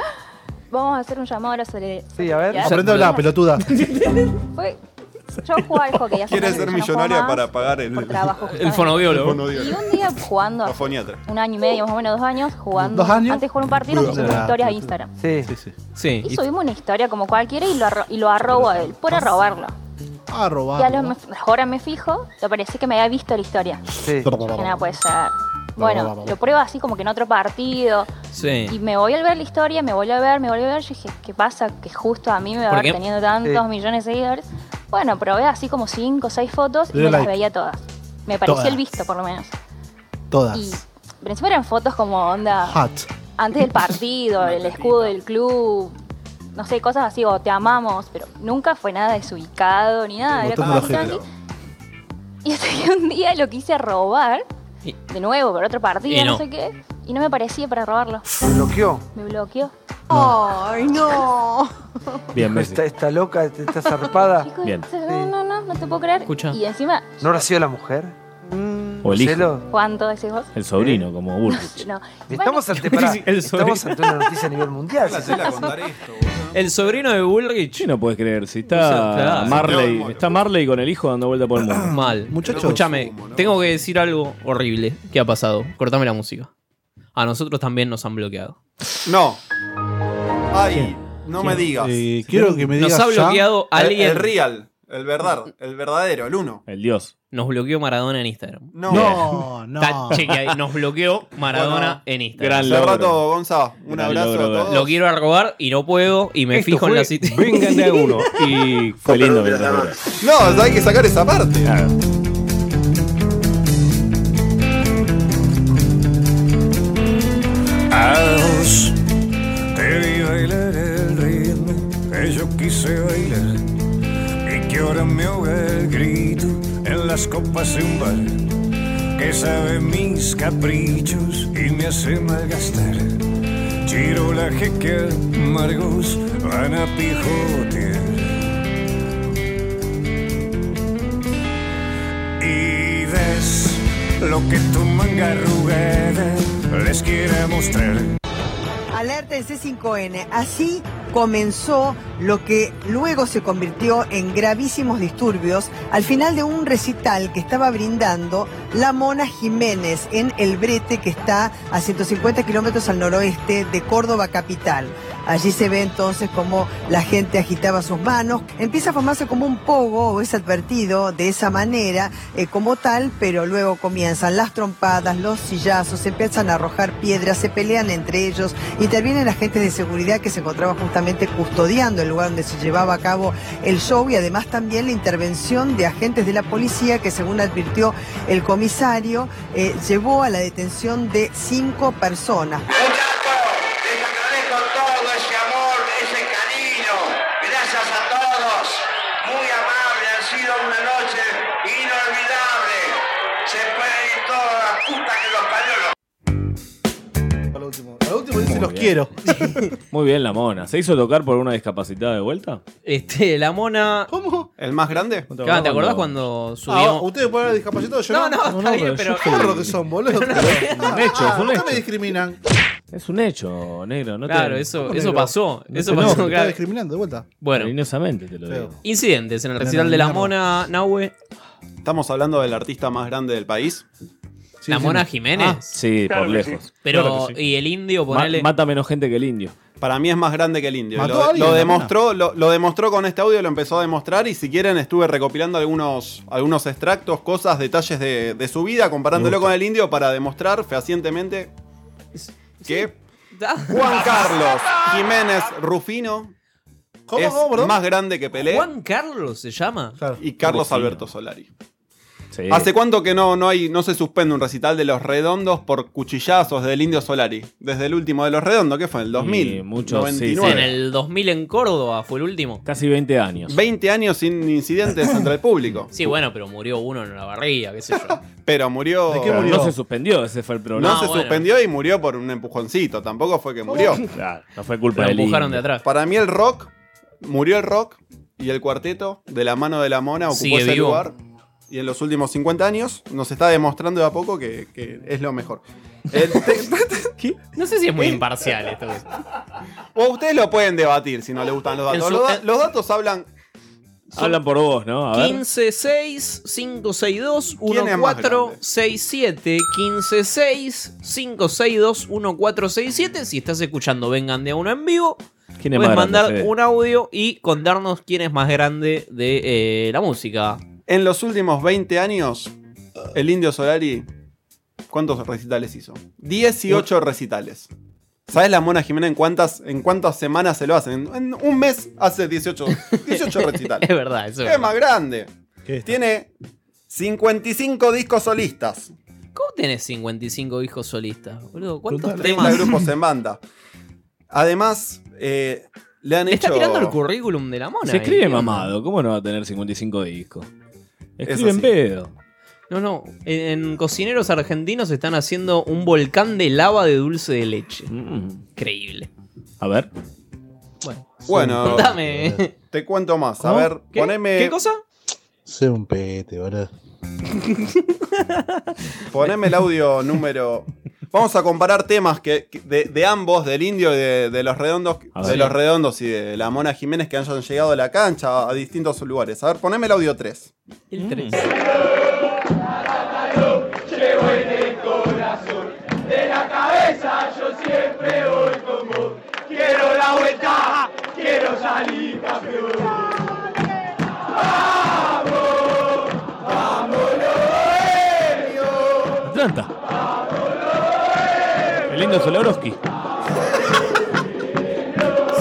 S2: Vamos a hacer un llamado ahora sobre.
S18: Sí, a ver.
S2: solidaridad.
S3: Aprende a hablar, pelotuda.
S2: [LAUGHS] Fue- Yo jugaba al hockey. hace
S1: Quiere
S2: mucho
S1: ser
S2: que yo no juego
S1: millonaria
S2: más.
S1: para pagar el,
S2: trabajo,
S1: el fonobiólogo. El
S2: Y un día jugando, hace
S1: foniatra.
S2: un año y medio, más o menos dos años, jugando.
S1: ¿Dos años?
S2: Antes de jugar un partido, nos subimos
S1: Cuidado.
S2: historias a Instagram.
S18: Sí.
S3: Sí, sí.
S4: Sí.
S2: Y subimos una historia como cualquiera y lo, arro- y lo arrobo a él, por arrobarlo.
S3: Ah,
S2: Y a
S3: robado.
S2: lo ahora me fijo, te parecía que me había visto la historia.
S3: Sí.
S2: Que
S14: pues.
S2: nada puede ser. Bueno, lo pruebo así como que en otro partido.
S4: Sí.
S2: Y me voy a ver la historia, me voy a ver, me voy a ver. Yo dije, ¿qué pasa? Que justo a mí me va a
S4: ¿Por
S2: ver
S4: qué?
S2: teniendo tantos
S4: Sí.
S2: millones de seguidores. Bueno, probé así como cinco o seis fotos y
S3: Le
S2: me
S3: dio
S2: las
S3: like.
S2: veía todas. Me pareció
S3: Todas.
S2: el visto, por lo menos.
S3: Todas.
S2: Y pero encima eran fotos como onda
S3: Hot.
S2: antes
S3: [LAUGHS]
S2: del partido, el escudo del club. No sé, cosas así, o te amamos, pero nunca fue nada desubicado ni nada. Ah, Era
S3: Botón
S2: como
S3: de
S2: así,
S3: la
S2: tranqui. Y hasta que un día lo quise robar,
S4: Y-
S2: de nuevo, por otro partido,
S4: Y
S2: no.
S4: no.
S2: sé qué, y no me parecía para robarlo.
S18: bloqueó.
S2: Me bloqueó.
S19: ¡Ay, no!
S5: Bien, Messi.
S19: Está, está loca, está
S2: [LAUGHS]
S19: zarpada.
S2: Chicos, No, no, no, no te puedo creer.
S5: Escucha.
S2: Y encima,
S19: ¿No habrá sido la mujer?
S5: O el hijo.
S19: Marcelo.
S2: ¿cuánto decís vos?
S5: El
S4: Eh.
S5: sobrino, como Burbu.
S2: No.
S19: Estamos ante, pará, estamos ante una noticia a nivel mundial.
S4: [LAUGHS] El sobrino de Bullrich.
S5: Sí, no puedes creer. Si
S4: O sea,
S5: está
S4: claro.
S5: Marley, está Marley con el hijo dando vuelta por el mundo.
S4: Mal. Muchachos. Escúchame, tengo que decir algo horrible que ha pasado. Cortame la música. A nosotros también nos han bloqueado.
S1: No. Ay, no me digas.
S3: Eh, quiero que me
S4: Nos
S3: digas.
S4: ha bloqueado
S1: El-
S4: alguien.
S1: El real, el verdad, el verdadero, el uno.
S5: El dios.
S4: Nos bloqueó Maradona en Instagram.
S1: No. No,
S3: no.
S4: Está chequeado. Nos bloqueó Maradona
S1: Bueno,
S4: en Instagram.
S1: Hace rato, Gonza. Un abrazo a todos.
S4: Lo quiero arrobar y no puedo. Y me
S1: Esto
S4: fijo en
S1: fue
S4: la cita.
S1: Vengan de a uno.
S4: [LAUGHS]
S5: Y fue lindo. mientras
S1: No, hay que sacar esa parte.
S20: House, te vi bailar.
S21: el grito en las copas de un bar que sabe mis caprichos y me hace malgastar. Giro la jeque, amargos van a pijotear. Y ves lo que tu manga arrugada les quiera mostrar.
S20: Alerta en C5N. Así comenzó lo que luego se convirtió en gravísimos disturbios al final de un recital que estaba brindando la Mona Jiménez en El Brete, que está a 150 kilómetros al noroeste de Córdoba capital. Allí se ve entonces cómo la gente agitaba sus manos. Empieza a formarse como un pogo, o es advertido de esa manera, eh, como tal, pero luego comienzan las trompadas, los sillazos, se empiezan a arrojar piedras, se pelean entre ellos, intervienen agentes de seguridad que se encontraban justamente custodiando el lugar donde se llevaba a cabo el show y además también la intervención de agentes de la policía que según advirtió el comisario, eh, llevó a la detención de cinco personas.
S21: todo ese amor, ese cariño. Gracias a todos. Muy amable, ha sido una noche inolvidable. Se puede ir toda la puta que los parió.
S3: Al último dice los quiero.
S5: Muy bien, la mona. ¿Se hizo tocar por una discapacitada de vuelta?
S4: Este, la mona.
S1: ¿Cómo? ¿El más grande?
S4: ¿Te acordás
S5: Ah,
S4: cuando subimos?
S5: oh,
S3: ustedes pueden haber discapacitado, yo
S4: No,
S3: no.
S4: no, está bien, pero-
S3: Qué raro que son, boludo.
S5: Un hecho, fue un
S3: Acá
S5: hecho.
S3: me discriminan.
S5: Es un hecho, negro. No te-
S4: Claro, eso-
S5: No,
S4: eso
S5: negro.
S4: pasó,
S5: No
S4: eso
S5: te
S4: pasó,
S5: enojes.
S4: claro.
S3: Está discriminando de vuelta.
S4: Bueno.
S5: Cariñosamente te lo
S3: Feo.
S5: digo.
S4: Incidentes en el recital de la mona Nahue.
S1: Estamos hablando del artista más grande del país.
S4: la mona Jiménez.
S5: sí, por lejos.
S4: Pero, y el indio, ponele.
S5: Ma- mata menos gente que el indio.
S1: Para mí es más grande que el indio.
S5: ¿Mató
S1: Lo-
S5: a alguien,
S1: lo,
S5: la
S1: demostró, lo, lo demostró con este audio, lo empezó a demostrar. Y si quieren, estuve recopilando algunos, algunos extractos, cosas, detalles de, de su vida, comparándolo con el indio para demostrar fehacientemente que
S4: [LAUGHS]
S1: Juan Carlos Jiménez Rufino
S4: ¿Cómo,
S1: es
S4: cómo, perdón?
S1: más grande que
S5: Eh,
S1: Pelé.
S4: Juan Carlos se llama.
S1: Y Carlos
S4: Rufino.
S1: Alberto Solari. ¿Hace cuánto que no, no, hay, no se suspende un recital de los redondos por cuchillazos del Indio Solari? Desde el último de los redondos, ¿qué fue? ¿El 2000?
S5: Y muchos, sí,
S4: En
S1: 99.
S4: el 2000 en Córdoba fue el último.
S5: Casi 20 años.
S1: 20 años sin incidentes entre el público.
S4: Sí, bueno, pero murió uno en la barriga, qué sé
S1: [LAUGHS]
S4: yo.
S1: Pero murió.
S4: qué murió?
S5: No se suspendió, ese fue el
S1: No
S5: problema.
S1: se suspendió y murió por un empujoncito. Tampoco fue que murió.
S5: Claro, no fue culpa
S4: Lo
S5: del
S4: empujaron
S5: indio.
S4: de atrás.
S1: Para mí el rock, murió el rock y el cuarteto de la mano de la mona ocupó
S4: Sigue
S1: ese
S4: vivo.
S1: lugar. Y en los últimos 50 años nos está demostrando de a poco que, que es lo mejor.
S4: [LAUGHS]
S1: El te-
S4: No sé si es muy imparcial esto.
S1: O ustedes lo pueden debatir si no les gustan los
S4: En
S1: datos.
S4: su-
S1: Los, da- los datos hablan.
S5: Hablan por vos, ¿no? A ver.
S4: 15 6 5 6 2 1
S1: ¿Quién es más
S4: 4 6 7 15 6 5 6 2 1 4 6 7 Si estás escuchando Vengan de a uno en vivo
S5: ¿Quién es más grande,
S4: Puedes mandar
S5: Fede?
S4: un audio y contarnos quién es más grande de eh, la música
S1: En los últimos 20 años, el Indio Solari, ¿cuántos recitales hizo? 18 recitales. ¿Sabes la Mona Jimena en cuántas, en cuántas semanas se lo hacen? En un mes hace 18,
S4: [LAUGHS]
S1: 18 recitales.
S4: Es verdad, eso es verdad.
S1: Es más grande. Tiene 55 discos solistas.
S4: ¿Cómo tenés 55 hijos solistas? Boludo, ¿cuántos
S1: 30
S4: temas?
S1: grupos en banda. Además, eh, le han
S4: Le está
S1: hecho.
S4: tirando el currículum de la mona.
S5: Se
S4: eh,
S5: escribe
S4: tío.
S5: mamado, ¿cómo no va a tener 55 discos?
S4: Eso
S5: Escribe
S4: sí.
S5: en pedo.
S4: No, no. En, en cocineros argentinos están haciendo un volcán de lava de dulce de leche.
S5: Mm.
S4: Increíble.
S5: A ver.
S4: Bueno.
S1: Bueno.
S4: Contame.
S1: Te cuento más.
S4: ¿Cómo?
S1: A ver,
S4: ¿Qué?
S1: poneme.
S4: ¿Qué cosa?
S3: Sé un pete, boludo.
S1: Poneme el audio número. Vamos a comparar temas que, que- de, de ambos, del indio y de, de los redondos,
S5: ver.
S1: de los redondos y de la Mona Jiménez que hayan llegado a la cancha a distintos lugares. A ver, poneme el audio 3.
S4: El
S1: 3.
S21: Llevo en el corazón, de la cabeza yo siempre voy con vos. Quiero la vuelta, quiero salir campeón. ¡Vamos! ¡Vámonos!
S5: Atlanta. El lindo Solorowski.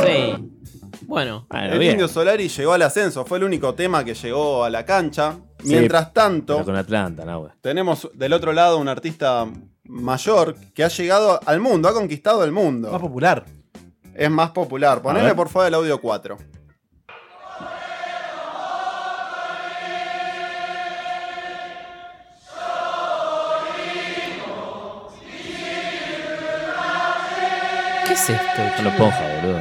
S4: Sí. Bueno.
S1: el indio Solari llegó al ascenso, fue el único tema que llegó a la cancha.
S5: Sí,
S1: Mientras tanto,
S5: pero con Atlanta, no, güey.
S1: tenemos del otro lado un artista mayor que ha llegado al mundo, ha conquistado el mundo. Más
S3: popular.
S1: Es más popular. Poneme
S5: ver.
S1: por favor el audio 4.
S4: ¿Qué es esto?
S5: No lo ponja, boludo.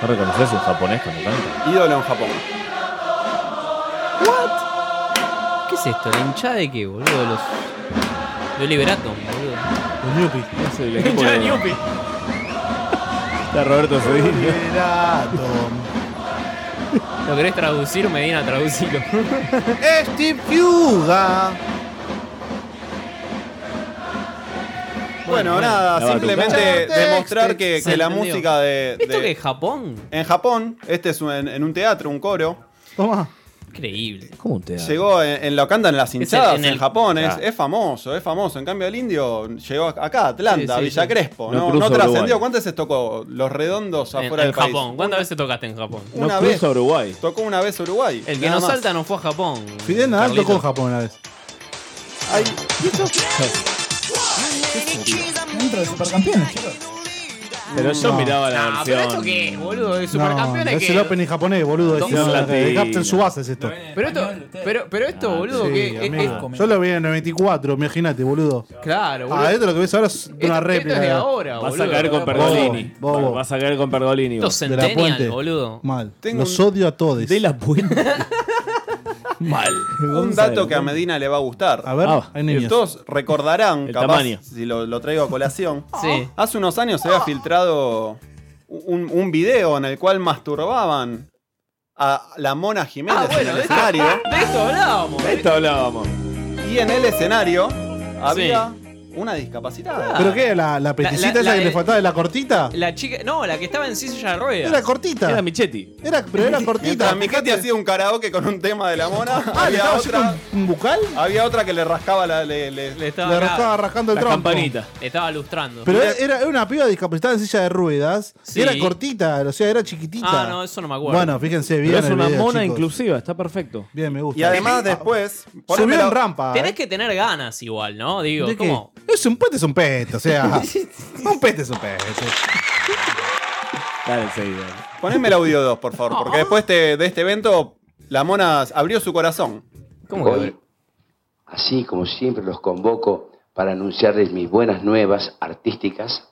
S5: ¿No reconoces un japonés cuando canta?
S1: Ídolo en Japón.
S4: ¿Qué es esto? ¿La hinchada de qué, boludo? Los. Los Liberato, boludo.
S3: Los Newpie.
S5: Es el equipo de- [LAUGHS] Está Roberto Cedillo.
S4: ¿Lo querés traducir? Medina, traducilo.
S3: Steve Fuga.
S1: Bueno, nada,
S4: La batuta.
S1: simplemente
S4: Chao,
S1: demostrar
S4: texto.
S1: que,
S4: este, Se
S1: que la
S4: entendió.
S1: música de.
S4: ¿Esto
S1: de-
S4: qué es Japón?
S1: En Japón, este es un- en, en un teatro, un coro.
S3: Toma.
S4: Increíble.
S5: ¿Cómo un teatro?
S1: Llegó, en, en- lo cantan las
S4: el-
S1: hinchadas
S4: en
S1: en,
S4: el-
S1: Japón, es,
S4: Ah.
S1: es famoso, es famoso. En cambio, el indio llegó acá, a Atlanta,
S4: Sí,
S1: a
S4: sí,
S1: Villa
S4: sí.
S1: Crespo.
S5: No
S1: No,
S5: cruza
S1: no trascendió.
S5: Uruguay.
S1: ¿Cuántas veces tocó Los Redondos
S4: En,
S1: afuera
S4: en
S1: del país?
S4: Japón. ¿Cuántas veces tocaste en Japón?
S1: Una
S5: No
S1: vez.
S5: cruza Uruguay.
S1: Tocó una vez Uruguay.
S4: El que
S1: nada
S4: no
S1: más.
S4: salta no fue a Japón.
S3: Fidel Nadal
S4: Carlito.
S3: tocó en Japón una vez.
S1: Ay,
S8: Dentro de supercampeones, chicos.
S5: Pero yo
S3: No.
S5: miraba la
S4: Ah, pero
S5: versión.
S4: esto qué, boludo, de
S3: No,
S4: supercampeones
S3: es
S4: que.
S3: el opening japonés, boludo.
S5: Dos
S3: Es el-
S5: latinos.
S3: el Captain Subasa es esto.
S4: Pero esto, pero, pero esto, boludo,
S3: Ah, Sí,
S4: que. es- es-
S3: amigo. Yo lo vi en el 94, imagínate, boludo.
S4: claro, boludo.
S3: Ah, esto lo que ves ahora es una réplica.
S4: esto es de ahora,
S5: Vas a
S4: boludo.
S5: caer con Pergolini.
S3: Bobo.
S5: Vas a caer con Pergolini.
S4: Estos
S5: vos.
S3: De la puente.
S4: Centennial, boludo.
S3: Mal.
S1: Tengo
S3: Los
S1: un-
S3: odio a todos. De
S5: la puente. Mal.
S1: [LAUGHS] Un dato que a Medina le va a gustar. A
S3: ver, Ah, hay niños.
S1: todos recordarán,
S5: El
S1: capaz,
S5: tamaño.
S1: si lo, lo traigo a colación.
S4: [LAUGHS] Sí.
S1: Hace unos años se había filtrado un, un video en el cual masturbaban a la Mona Jiménez
S4: Ah,
S1: en el escenario.
S5: [LAUGHS]
S4: De esto hablábamos.
S5: De esto hablábamos.
S1: Y en el escenario había una discapacitada.
S3: ¿Pero qué? ¿La, la
S4: La- la-
S3: peticita esa
S4: la-
S3: que le faltaba de la cortita?
S4: La chica. No, la que estaba en silla de ruedas.
S3: Era cortita. Era
S5: Michetti.
S3: Era, pero
S1: [LAUGHS]
S3: era
S1: Mientras
S3: cortita.
S1: Michetti hacía un karaoke con un tema de la Mona.
S3: Ah, ¿le
S1: había
S3: estaba haciendo
S1: otra.
S3: un, un bucal?
S1: Había otra que le rascaba la. Le, le-
S4: estaba
S3: Le
S4: acá.
S3: estaba rascando el
S4: La
S3: tronco.
S4: campanita. Le estaba lustrando.
S3: Pero era, era una piba discapacitada en silla de ruedas.
S4: Sí.
S3: Y era cortita, o sea, era chiquitita.
S4: Ah, no, eso no me acuerdo.
S3: Bueno, fíjense bien.
S5: Pero es
S3: el
S5: una
S3: video,
S5: mona
S3: chicos.
S5: inclusiva, está perfecto.
S3: Bien, me gusta.
S1: Y además después.
S3: Subió
S1: ponémelo-
S3: en rampa.
S4: Tenés
S3: ¿eh?
S4: que tener ganas igual, ¿no? Digo,
S3: ¿De qué?
S4: ¿cómo?
S3: Ah, Es un pete, es un pete,
S4: [LAUGHS]
S1: [LAUGHS]
S3: o sea. un pete es un pete.
S5: Dale, seguí, dale.
S1: Poneme el audio 2, por favor, porque después te- de este evento la mona abrió su corazón.
S22: Hoy, así como siempre los convoco para anunciarles mis buenas nuevas artísticas,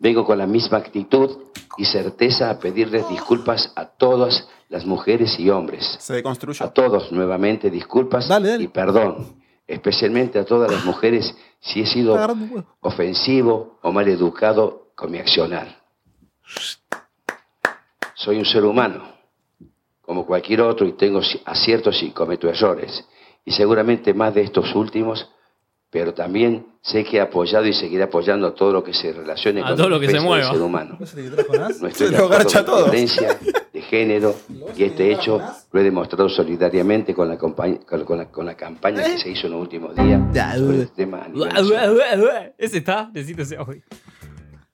S22: vengo con la misma actitud y certeza a pedirles disculpas a todas las mujeres y hombres.
S1: Se deconstruyó.
S22: A todos nuevamente disculpas y perdón, especialmente a todas las mujeres si he sido [LAUGHS] ofensivo o mal educado con mi accionar. Soy un ser humano, como cualquier otro, y tengo ci- aciertos y cometo errores, y seguramente más de estos últimos, pero también sé que he apoyado y seguiré apoyando todo lo que se relacione
S4: A
S22: con
S4: todo
S22: la
S4: lo que se
S22: defensa del
S4: mueva.
S22: ser humano. No estoy
S4: Se
S22: de
S4: lo
S22: acuerdo
S4: garcha
S22: con
S4: todo.
S22: la violencia de género y este hecho lo he demostrado solidariamente con la, compañ- con, con la, con la campaña que se hizo en los últimos días sobre el tema a nivel nacional.
S4: [LAUGHS] Ese está, necesito ese audio.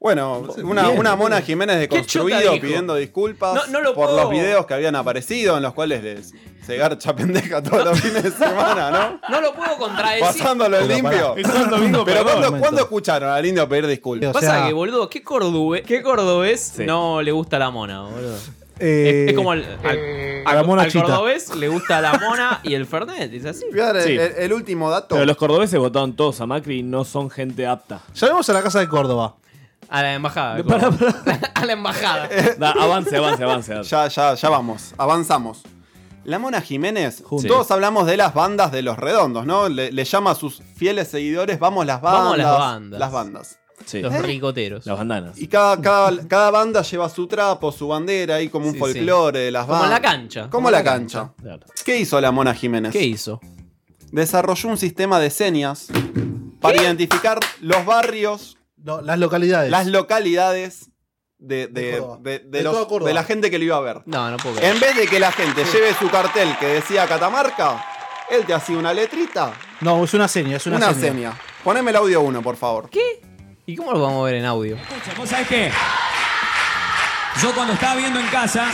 S1: Bueno, una,
S4: Bien.
S1: una mona Jiménez de
S4: chota
S1: construido
S4: dijo?
S1: pidiendo disculpas
S4: No- no lo
S1: por
S4: puedo.
S1: los videos que habían aparecido en los cuales les se garcha [LAUGHS] pendeja todos los fines de semana, ¿no?
S4: No lo puedo contradecir.
S1: Pasándolo en limpio. Pero ¿cuándo, ¿cuándo escucharon al indio pedir disculpas?
S4: Pasa que, boludo, ¿qué cordobés, qué cordobés no le gusta la mona, boludo?
S3: Eh,
S4: es, es como al, al-
S3: a la mona
S4: al
S3: chita.
S4: cordobés le gusta la mona y el Fernet, es así.
S5: Sí. el-
S1: último dato.
S5: Pero los cordobeses votaron todos a Macri y no son gente apta.
S3: Llamemos a la casa de Córdoba.
S4: A
S5: [LAUGHS]
S4: la embajada. de
S5: Pará,
S4: Córdoba. [LAUGHS] A la embajada.
S5: Da, avance, avance, avance.
S1: Eh, Ya, ya, ya vamos, avanzamos. La Mona Jiménez, todos hablamos de las bandas de los redondos, ¿no? Le, le llama a sus fieles seguidores, vamos las bandas.
S4: Vamos las bandas.
S1: Las bandas.
S4: Los
S1: ¿Eh?
S4: ricoteros.
S5: Las bandanas.
S1: Y cada, cada, cada banda lleva su trapo, su bandera, ahí como un
S4: Sí,
S1: folclore
S4: sí.
S1: de las
S4: Como
S1: bandas.
S4: la cancha.
S1: Como la cancha. ¿Qué hizo la Mona Jiménez?
S4: ¿Qué hizo?
S1: Desarrolló un sistema de señas para identificar los barrios,
S3: No, las localidades.
S1: las localidades de, de-
S3: De Córdoba.
S1: de- de
S3: De
S1: los-
S3: toda Córdoba.
S1: de la gente que lo iba a ver.
S4: No, no puedo creer.
S1: En vez de que la gente lleve su cartel que decía Catamarca, él te hacía una letrita,
S3: No, es una seña, es una,
S1: una, seña. Poneme el audio 1, por favor.
S4: ¿Qué? ¿Y cómo lo vamos a ver en audio?
S23: ¿Vos sabés qué? Yo cuando estaba viendo en casa,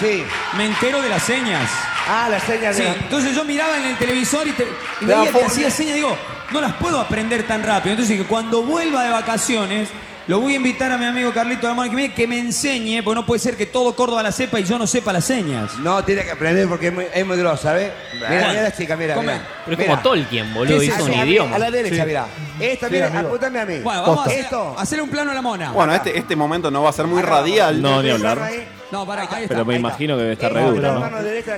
S23: me entero de las señas. Ah, las señas
S24: de
S23: sí.
S24: la-
S23: Entonces yo miraba en el televisor y, te, y
S24: Te da
S23: veía que
S24: fobia.
S23: hacía señas y digo, no las puedo aprender tan rápido. Entonces dije, cuando vuelva de vacaciones, lo voy a invitar a mi amigo Carlito de la Mora que me, que me enseñe, porque no puede ser que todo Córdoba la sepa y yo no sepa las señas.
S24: No, tiene que aprender porque es muy, es muy grosa, ¿ves? Mira,
S23: Bueno.
S24: mira la chica, mira,
S23: Come.
S24: mira.
S4: Pero es como Tolkien, boludo,
S24: Sí, sí,
S4: hizo un
S24: a la-
S4: idioma. [LAUGHS]
S24: A la derecha,
S4: Sí.
S24: mira.
S22: Esta, mire, apúntame a mí.
S10: Bueno, vamos a
S22: Posta.
S10: hacer, hacerle un plano a la mona.
S1: Bueno, este, este momento no va a ser muy radial.
S5: No, ni hablar.
S10: No, para, ahí está.
S5: Pero me imagino que debe estar re duro, ¿no?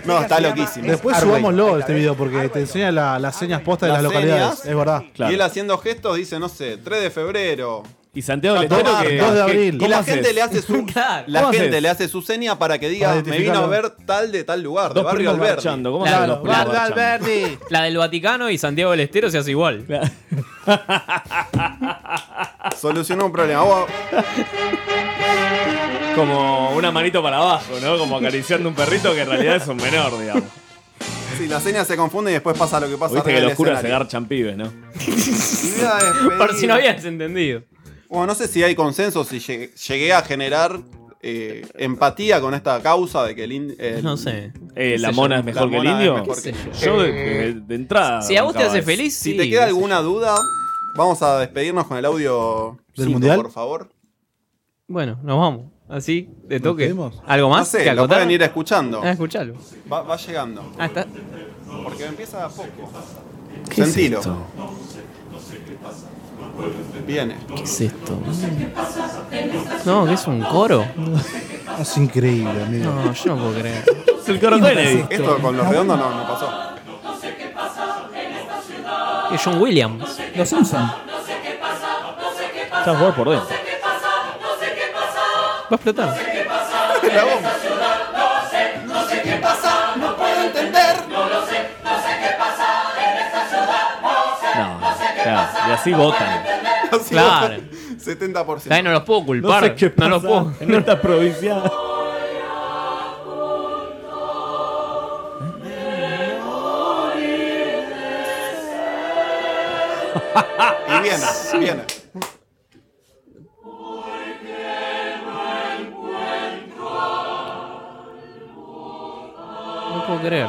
S1: No, está loquísimo.
S3: Después
S1: Es Arway.
S3: subámoslo este
S1: ¿eh?
S3: video porque te enseña la- las señas postas de las
S1: Las
S3: localidades.
S1: señas.
S3: Es verdad.
S1: Y él haciendo gestos dice, no sé, 3 de febrero.
S5: Y Santiago
S3: del Estero que- Dos de abril.
S1: Y
S3: ¿Cómo
S1: la
S3: haces?
S1: gente le hace
S5: [LAUGHS]
S1: su la
S5: ¿Cómo
S1: gente
S5: haces?
S1: le hace su seña para que diga,
S5: Para
S1: me vino a
S5: identificarlo.
S1: ver tal de tal lugar, de
S5: Dos
S1: barrio
S5: primos
S1: Alberti.
S5: marchando, ¿cómo se llaman los primos marchando? [LAUGHS]
S4: La del Vaticano y Santiago del Estero se hace igual.
S1: Solucionó un problema. Vos-
S5: Como una manito para abajo, ¿no? Como acariciando un perrito que en realidad es un menor,
S3: [LAUGHS]
S5: digamos.
S1: Sí, las señas se confunden y después pasa lo que pasa.
S5: Viste que
S1: arriba
S5: los
S1: del
S5: curas se
S1: escenario.
S5: garchan pibes, ¿no?
S1: Y voy a despedir-
S4: Por si no habías entendido.
S1: Bueno, no sé si hay consenso, si llegué, llegué a generar eh, empatía con esta causa de que el, in- el-
S4: No sé.
S5: Eh, ¿La mona es mejor que el
S1: mona es
S5: indio?
S1: mejor que-
S5: Yo de, de- de entrada. bancaba eso.
S1: Eh, Si te queda alguna duda, vamos a despedirnos con el audio
S4: ¿Del
S1: cinco,
S4: mundial?
S1: por favor.
S4: Bueno, nos vamos. Así, de toque.
S1: pedimos?
S4: ¿Algo más?
S1: No sé,
S4: que
S1: lo
S4: acotar?
S1: pueden ir escuchando.
S4: Ah, escuchalo.
S1: Va, va llegando.
S4: Ah, está.
S1: Porque empieza a poco.
S4: ¿Qué es
S1: Sentilo.
S4: esto?
S1: Viene.
S4: ¿Qué es esto? No, que es un coro.
S3: Es increíble, amigo.
S4: No, yo no puedo creer.
S5: Es el coro Kennedy.
S1: Esto con los redondos no, no pasó.
S4: Es John Williams.
S25: Los Simpsons.
S5: Estás vos por dentro.
S4: Va a explotar.
S1: La bomba.
S8: No sé qué pasa, no puedo entender. No lo sé, no sé qué pasa en esta ciudad. No sé,
S5: No, claro, y así votan.
S1: Así [LAUGHS]
S4: Claro.
S1: 70%.
S4: Ahí no los puedo culpar.
S5: No sé qué pasa
S4: los puedo.
S5: en esta
S1: [LAUGHS]
S5: provincia.
S4: [LAUGHS]
S1: Y viene, viene.
S4: No puedo creer.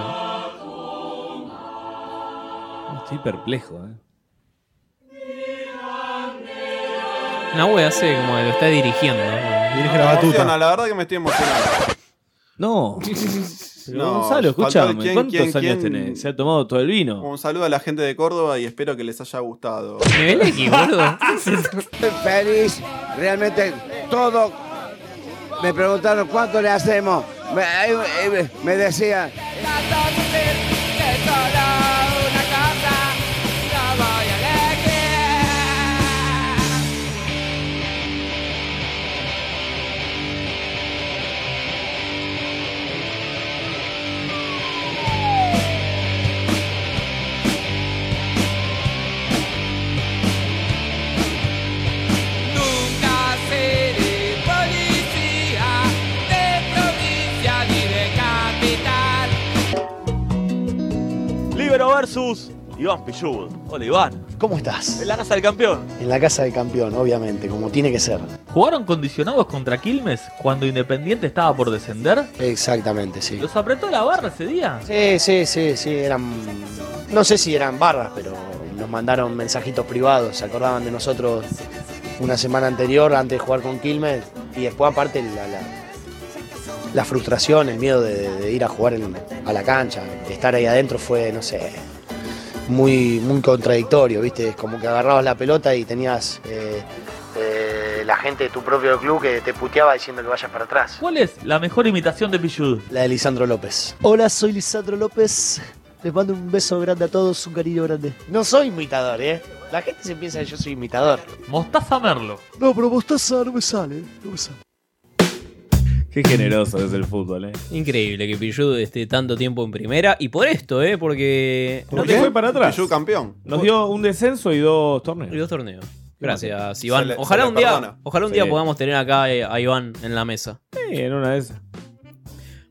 S5: Estoy perplejo, ¿eh?
S4: Nahue hace como que lo está dirigiendo. Dirige
S1: Me emociona, la verdad que me estoy emocionando.
S5: No. [LAUGHS] Pero
S1: No,
S5: Gonzalo,
S1: faltó
S5: escúchame,
S1: quién,
S5: ¿cuántos
S1: quién,
S5: años
S1: quién.
S5: tenés? ¿Se ha tomado todo el vino?
S1: Un saludo a la gente de Córdoba y espero que les haya gustado.
S4: Nivel X,
S24: [LAUGHS]
S4: boludo.
S22: Feliz, realmente todo. Me preguntaron cuánto le hacemos. Me, eh, eh, me decían,
S8: es solo una cosa, no voy a elegir. Nunca seré policía de provincia ni de capital.
S11: Libero versus Iván Pichud. Hola Iván.
S18: ¿Cómo estás?
S11: En la casa del campeón.
S18: En la casa del campeón, obviamente, como tiene que ser.
S26: ¿Jugaron condicionados contra Quilmes cuando Independiente estaba por descender?
S18: Exactamente, sí.
S26: ¿Los apretó la barra ese día?
S18: Sí, sí, sí, sí, eran... No sé si eran barras, pero nos mandaron mensajitos privados, se acordaban de nosotros una semana anterior antes de jugar con Quilmes y después aparte la, la- la frustración, el miedo de, de ir a jugar en- a la cancha, de estar ahí adentro fue, no sé, muy, muy contradictorio, ¿viste? Es como que agarrabas la pelota y tenías eh, eh, la gente de tu propio club que te puteaba diciendo que vayas para atrás.
S26: ¿Cuál es la mejor imitación de Pichud?
S18: La de Lisandro López. Hola, soy Lisandro López. Les mando un beso grande a todos, un cariño grande. No soy imitador, ¿eh? La gente se piensa que yo soy imitador.
S26: Mostaza Merlo.
S18: No, pero mostaza no me sale, no me sale.
S5: Qué generoso es el fútbol, ¿eh?
S4: Increíble que Pilludo esté tanto tiempo en primera. Y por esto, ¿eh? Porque.
S5: ¿Por qué? Fue para atrás.
S1: Pichud campeón.
S5: Nos dio un descenso y dos torneos.
S4: Y dos torneos. Gracias,
S5: Se
S4: Iván.
S5: le-
S4: ojalá
S5: se le
S4: un día,
S5: perdona.
S4: ojalá un
S5: Sí.
S4: día podamos tener acá eh, a Iván en la mesa.
S5: Sí, en una de esas.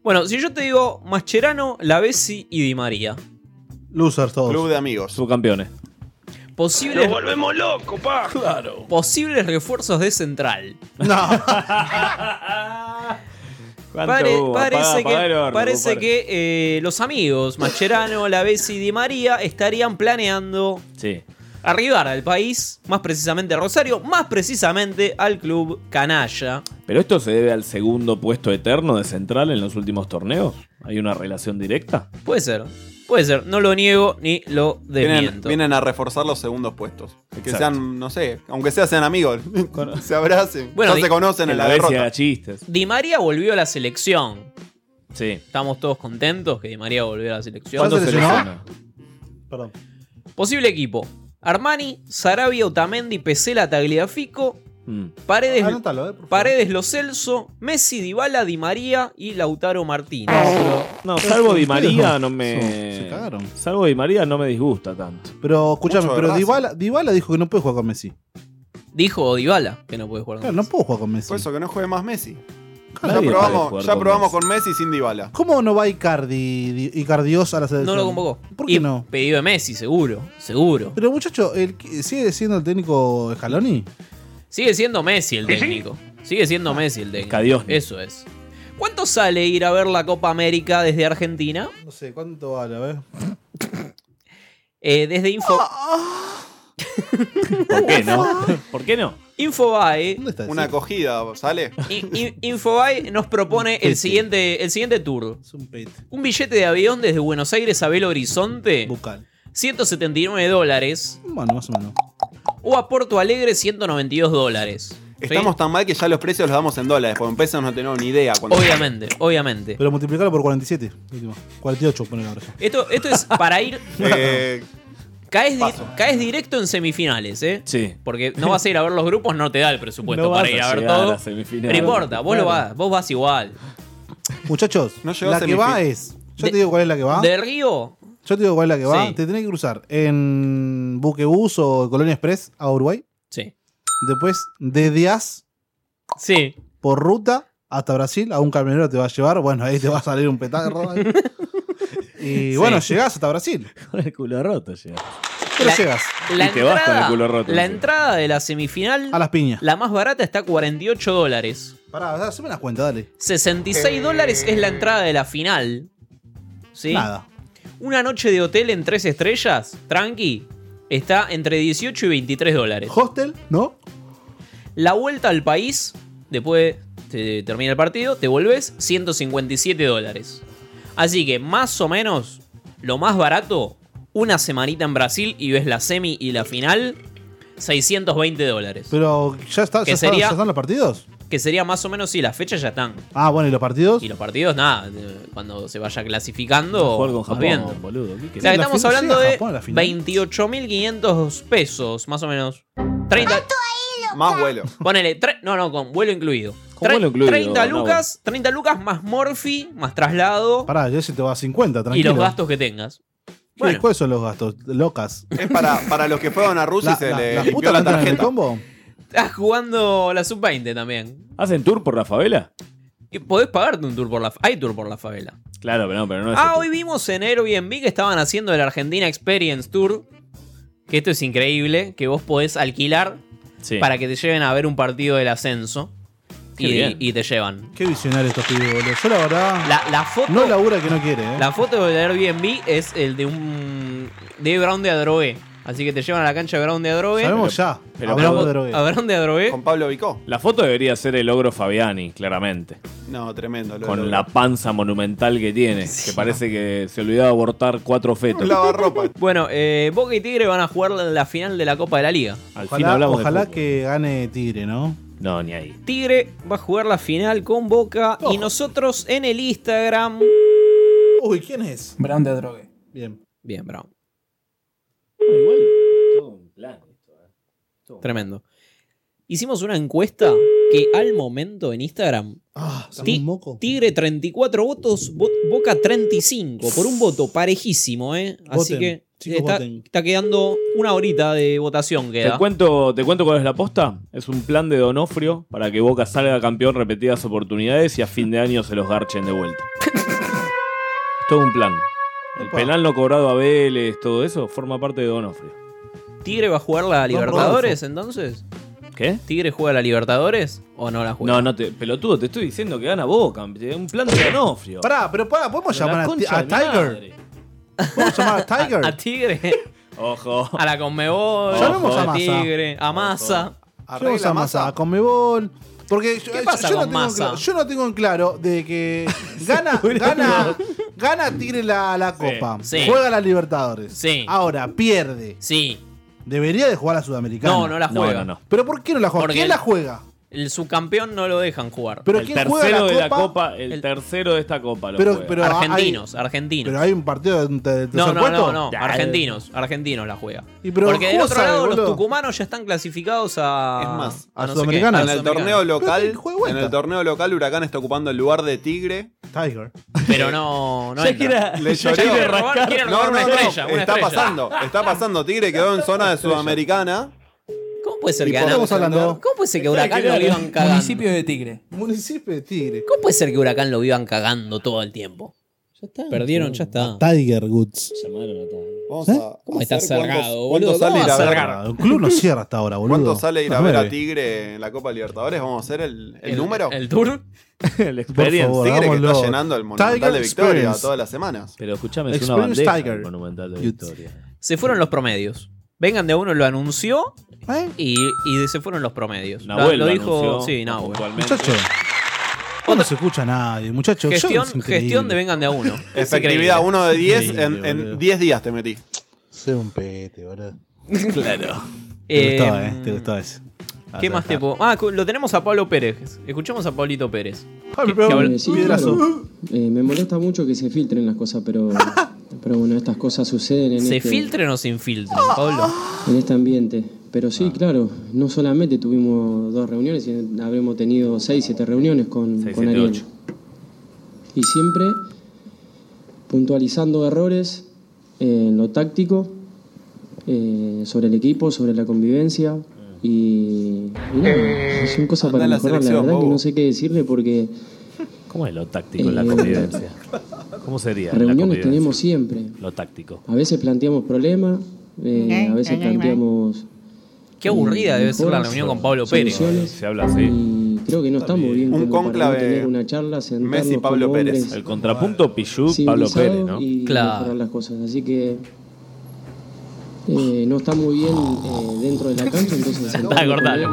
S4: Bueno, si yo te digo Mascherano, Lavesi y Di María.
S3: Losers todos.
S1: Club de amigos.
S5: Subcampeones.
S4: Posibles,
S11: volvemos locos, pa. Claro.
S4: posibles refuerzos de central. [LAUGHS]
S5: [LAUGHS] ¿Cuánto
S4: Pare-
S5: hubo? Apagá,
S4: parece
S5: apagá
S4: que,
S5: el horno,
S4: parece
S5: compadre.
S4: que eh, los amigos Mascherano, [LAUGHS] Lavesi y Di María estarían planeando
S5: Sí.
S4: arribar al país, más precisamente a Rosario, más precisamente al club Canalla.
S5: ¿Pero esto se debe al segundo puesto eterno de central en los últimos torneos? ¿Hay una relación directa?
S4: Puede ser. Puede ser, no lo niego ni lo
S1: Vienen,
S4: desmiento.
S1: vienen a reforzar los segundos puestos. Que
S4: Exacto.
S1: sean, no sé, [LAUGHS] aunque sea sean amigos. [LAUGHS] se abracen.
S4: Bueno,
S1: ya
S4: Di-
S1: se conocen en la, derrota.
S4: Di María volvió a la selección. Sí. Estamos todos contentos que Di María volvió a la selección.
S3: ¿Cuándo se lesionó? Perdón.
S4: Posible equipo. Armani, Sarabia, Otamendi, Pesela, Tagliafico, Paredes,
S3: Anótalo, eh,
S4: Paredes, Lo Celso, Messi, Dybala, Di María y Lautaro Martínez.
S5: No, salvo Di
S3: Ustedes
S5: María
S1: [LAUGHS]
S3: no-
S5: no me.
S3: se cagaron.
S5: Salvo Di María no me disgusta tanto.
S3: Pero escúchame,
S4: Mucho de
S3: pero
S4: Racing.
S3: Dybala, Dybala dijo que no puede jugar con Messi.
S4: Dijo Dybala que no puede jugar con
S3: Claro, no puedo jugar con Messi.
S1: Por eso que no juegue más Messi.
S3: Nadie
S1: ya
S3: puede
S1: probamos,
S3: jugar
S1: ya
S3: con
S1: probamos
S3: Messi.
S1: con Messi sin Dybala.
S3: ¿Cómo no va Icardi Di- Icardios a la selección?
S4: No lo convocó.
S3: ¿Por qué
S4: Y
S3: no?
S4: Pedido de Messi, seguro, seguro.
S3: Pero muchacho, ¿el que- ¿sigue siendo el técnico Scaloni?
S4: Sigue siendo Messi el técnico. Sigue
S3: Ah.
S4: siendo Messi el técnico. Eso es. ¿Cuánto sale ir a ver la Copa América desde Argentina?
S3: No sé, ¿cuánto vale? A ver.
S4: Eh, desde Info.
S3: Ah,
S18: Ah,
S5: ¿Por qué
S3: [LAUGHS]
S5: no? ¿Por qué no?
S4: Infobae.
S1: Una acogida, ¿sale?
S4: In- in- Infobae nos propone el siguiente, el siguiente tour. Un billete de avión desde Buenos Aires a Belo Horizonte. 179 dólares.
S3: Bueno, más o menos.
S4: O a Porto Alegre 192 dólares.
S1: Estamos tan mal que ya los precios los damos en dólares, porque en pesos no tenemos ni idea. cuánto-
S4: Obviamente, obviamente.
S3: Pero multiplicarlo por 47. último. 48, ponen ahora ya.
S4: Esto, esto es para
S3: [LAUGHS]
S4: ir.
S3: Eh,
S4: caes, di- caes directo en semifinales, ¿eh?
S5: Sí.
S4: Porque no vas a ir a ver los grupos, no te da el presupuesto
S5: No
S4: para
S5: vas
S4: ir
S5: a
S4: a ver
S5: llegar
S4: todo.
S5: a semifinales.
S4: Pero importa, vos, lo
S5: Claro.
S4: vas, vos vas igual.
S3: Muchachos,
S4: No llegó
S3: la
S4: a
S3: que
S4: semifinal.
S3: va es. Yo
S4: De-
S3: te digo cuál es la que va.
S4: De Río,
S3: Yo te digo cuál es la que va.
S4: Sí.
S3: Te tenés que cruzar en Buquebus o Colonia Express a Uruguay.
S4: Sí.
S3: Después, de Díaz
S4: sí.
S3: por ruta hasta Brasil. A un camionero te va a llevar. Bueno, ahí te va a salir
S4: [LAUGHS]
S3: un petardo. ahí. y
S5: Sí.
S3: bueno, llegás hasta Brasil.
S5: Con el culo roto llegas.
S3: Pero llegas.
S4: La
S5: Y te vas con el culo roto,
S4: la
S5: sí.
S4: entrada de la semifinal. A
S3: las piñas.
S4: La más barata está a 48 dólares.
S3: Pará, haceme las cuentas, dale.
S4: 66
S3: Eh,
S4: dólares es la entrada de la final. ¿Sí?
S3: Nada.
S4: Una noche de hotel en tres estrellas, tranqui, está entre 18 y 23 dólares.
S3: ¿Hostel? ¿No?
S4: La vuelta al país, después te termina el partido, te volvés 157 dólares. Así que más o menos, lo más barato, una semanita en Brasil y ves la semi y la final, 620 dólares.
S3: Pero ya, está,
S4: Que
S3: ya, están-
S4: sería-
S3: ya están los partidos.
S4: Que sería más o menos si las fechas ya están.
S3: Ah, bueno, ¿y los partidos?
S4: Y los partidos, nada, eh, cuando se vaya clasificando,
S5: Jugar con
S4: vas
S5: Japón,
S4: viendo.
S5: boludo. ¿qué
S4: O sea,
S5: querés?
S4: estamos
S5: La
S4: hablando
S5: final llega
S4: de
S5: a Japón a la final.
S4: 28.500 pesos, más o menos. 30,
S1: Más vuelo.
S4: ponele, tre- no, no, con vuelo incluido.
S5: Con
S4: Tre-
S5: vuelo incluido,
S4: 30
S5: no,
S4: lucas, 30 lucas más morfi, más traslado
S3: Pará, ya se te va a 50,
S4: y
S3: tranquilo.
S4: los gastos que tengas.
S3: ¿Qué- ¿Cuáles son los gastos? Locas.
S1: Es para, para los que fueron a Rusia y
S3: La-
S1: se
S3: la-
S1: le
S3: las
S1: limpió la
S3: putas que entran en el
S1: tarjeta.
S3: combo.
S4: Estás jugando la sub-20 también.
S5: ¿Hacen tour por la favela?
S4: Y podés pagarte un tour por la... Hay tour por la favela.
S5: Claro, pero no, pero no es.
S4: Ah, hoy vimos en Airbnb que estaban haciendo el Argentina Experience Tour. Que esto es increíble, que vos podés alquilar
S5: Sí.
S4: para que te lleven a ver un partido del ascenso.
S3: Qué
S4: Y,
S3: bien.
S4: y te llevan.
S3: Qué visionario estos pibes, boludo. Yo la verdad.
S4: La, la foto,
S3: no labura que no quiere, eh.
S4: la foto del Airbnb es el de un. de Brown de Adroé. Así que te llevan a la cancha de Brown de Adroé.
S3: Sabemos ya.
S5: pero-
S3: Hablamos
S5: pero-
S3: de drogué.
S4: A Brown de Adroé.
S1: Con Pablo Vicó.
S5: La foto debería ser el ogro Fabiani, claramente.
S1: No, tremendo. Lo,
S5: Con la panza monumental que tiene. Que parece que se olvidó de abortar cuatro fetos. [LAUGHS]
S4: Bueno, eh, Boca y Tigre van a jugar la- la final de la Copa de la Liga.
S5: Al fin
S3: Ojalá,
S5: hablamos de
S3: ojalá
S5: fútbol.
S3: que gane Tigre, ¿no?
S5: No, ni ahí.
S4: Tigre va a jugar la final con Boca y nosotros en el Instagram.
S3: Uy, ¿quién es?
S19: Brown de drogue.
S3: Bien.
S4: Bien, Brown.
S5: Todo un plan.
S4: Tremendo. Hicimos una encuesta que al momento en Instagram.
S3: Ah,
S4: Ti- Tigre 34 votos, Bo- Boca 35. Por un voto parejísimo, ¿eh? Así
S5: Voten,
S4: que
S5: chicos,
S4: está,
S5: voten.
S4: está quedando una horita de votación.
S5: ¿Te
S4: Queda.
S5: cuento, ¿Te cuento cuál es la posta? Es un plan de Donofrio para que Boca salga campeón repetidas oportunidades y a fin de año se los garchen de
S4: [LAUGHS]
S5: vuelta. todo un plan. El penal no cobrado a Vélez, todo eso, forma parte de Donofrio.
S4: ¿Tigre va a jugar la Libertadores
S5: Rodolfo.
S4: entonces?
S5: ¿Qué?
S4: ¿Tigre juega la Libertadores o no la juega?
S5: No, no, te, pelotudo, te estoy diciendo que gana Boca. Un plan de Donofrio.
S3: Pará, pero pará, podemos
S5: Pero la
S3: llamar a, ti-
S5: concha
S3: a
S5: de mi
S3: Tiger. Podemos
S5: [LAUGHS]
S3: llamar a Tiger.
S4: A Tigre.
S5: Ojo.
S4: A la Conmebol.
S3: Llamemos a
S4: a
S3: Massa.
S4: Tigre. A Massa.
S3: Llegamos a Massa, a Conmebol. Porque yo,
S4: ¿Qué pasa
S3: yo
S4: con
S3: no tengo en
S4: Massa? [LAUGHS]
S3: claro, yo no tengo en claro de que gana, gana, Gana Tigre la, la Copa.
S4: sí.
S3: Juega la Libertadores.
S4: Sí.
S3: Ahora, pierde.
S4: Sí.
S3: Debería de jugar a Sudamericana.
S4: No, no la juega.
S3: no, no. ¿Pero por qué no la juega?
S4: Porque
S3: ¿Quién
S4: el-
S3: la juega?
S4: El subcampeón no lo dejan jugar.
S3: Pero
S4: el
S3: ¿quién juega
S5: tercero
S3: la
S5: de la
S3: Copa?
S5: copa, el, tercero de esta copa. Lo
S3: Pero,
S5: juega.
S3: pero hay-
S4: Argentinos, argentinos.
S3: Pero hay un partido de, de tercer
S4: No, no,
S3: puesto.
S4: no, no. Argentinos. Argentinos la juega.
S3: Y pero
S4: Porque del
S3: ¿cómo
S4: otro
S3: sabe,
S4: lado los
S3: boludo?
S4: tucumanos ya están clasificados Ah, a. Es más,
S1: a
S4: no sé qué,
S1: Sudamericana.
S4: a
S1: En el
S4: Sudamericana.
S1: torneo local, en el torneo local Huracán está ocupando el lugar de Tigre.
S3: Tiger.
S4: Pero no, no
S1: Ya
S4: entra.
S1: quiere- Le ya lloró. quiere rascar.
S4: quiere
S1: No,
S4: robar
S1: no,
S4: una
S1: no,
S4: estrella. una
S1: está
S4: estrella.
S1: pasando, está pasando. Tigre quedó en zona de Sudamericana.
S4: ¿Cómo puede ser
S1: ¿Y
S4: que
S1: por qué
S4: Huracán-
S1: estamos hablando?
S4: ¿Cómo puede ser que Huracán lo vivan cagando?
S19: Municipio de Tigre.
S3: Municipio de Tigre.
S4: ¿Cómo puede ser que Huracán lo vivan cagando todo el tiempo? Ya está. Perdieron, ya está.
S3: Tiger Goods.
S1: Vamos
S3: ¿Eh?
S1: a-
S4: ¿Cómo
S1: a
S4: está
S1: hacer cuántos-
S4: cerrado,
S1: cuántos
S4: boludo?
S1: sale
S4: ¿Cómo
S1: ir a
S4: va a
S1: ver-
S4: cerrar?
S3: El club no cierra hasta ahora, boludo.
S1: ¿Cuánto sale ir a
S3: Las
S1: ver a
S3: nueve.
S1: Tigre en la Copa Libertadores? ¿Vamos a hacer el, el
S4: El-
S1: número?
S4: ¿El tour?
S5: el
S1: Tigre
S5: Experience.
S1: que está llenando el Monumental
S5: Tiger
S1: de Victoria
S5: Experience.
S1: todas las semanas.
S5: Pero escuchame, es una
S4: Experience
S5: bandeja
S4: Tiger.
S5: el monumental de
S4: Youth.
S5: Victoria.
S4: Se fueron los promedios. Vengan de a uno lo anunció
S3: ¿Eh?
S4: y, y se fueron los promedios. Lo-
S5: Nahuel
S4: lo,
S5: lo
S4: dijo,
S5: anunció,
S4: sí, Nahuel.
S3: Muchacho. vos No se escucha a nadie, muchachos.
S4: Gestión, gestión de vengan de a
S1: [LAUGHS]
S4: uno. Es increíble.
S1: Efectividad 1 de 10. En, en 10 días te metí.
S3: Sé un pete, boludo.
S1: Claro.
S3: Te
S4: [LAUGHS] Eh,
S3: gustó, eh. Te gustó ese.
S4: ¿Qué más te puedo? Ah, cu- lo tenemos a Pablo Pérez. Escuchemos a Pablito Pérez.
S3: Pablo,
S4: Que- que habla- Uh,
S12: Sí, claro. Eh, me molesta mucho que se filtren las cosas, pero, pero bueno, estas cosas suceden en,
S4: ¿Se
S12: este,
S4: filtren o se infiltren, Pablo?
S12: en este ambiente. Pero sí, claro, no solamente tuvimos dos reuniones, sino habremos tenido seis, siete reuniones con, con
S5: siete,
S12: Ariel.
S5: ocho.
S12: Y siempre puntualizando errores eh, en lo táctico, eh, sobre el equipo, sobre la convivencia. Y, y nada, son cosas
S5: Eh,
S12: para
S5: anda la
S12: mejorar. La
S5: selección,
S12: verdad que
S5: bobo.
S12: no sé qué decirle porque...
S5: ¿Cómo es lo táctico en la
S12: Eh,
S5: convivencia? ¿Cómo sería? en la
S12: Reuniones
S5: convivencia?
S12: tenemos siempre.
S5: Lo táctico.
S12: A veces planteamos problemas, eh, a veces planteamos.
S4: Qué aburrida
S12: eh,
S4: debe ser la
S12: mejoras,
S4: reunión con Pablo Pérez.
S12: soluciones.
S5: Se habla así.
S12: Y creo que no estamos
S5: Un
S12: bien. como para no
S5: cónclave
S12: tener una charla, sentarnos como hombres
S5: El contrapunto Pichu, Pablo
S12: civilizados
S5: Pérez, ¿no?
S12: Y mejorar las cosas. Así que. eh, no está muy bien eh, dentro de la cancha, entonces. sentarnos con él.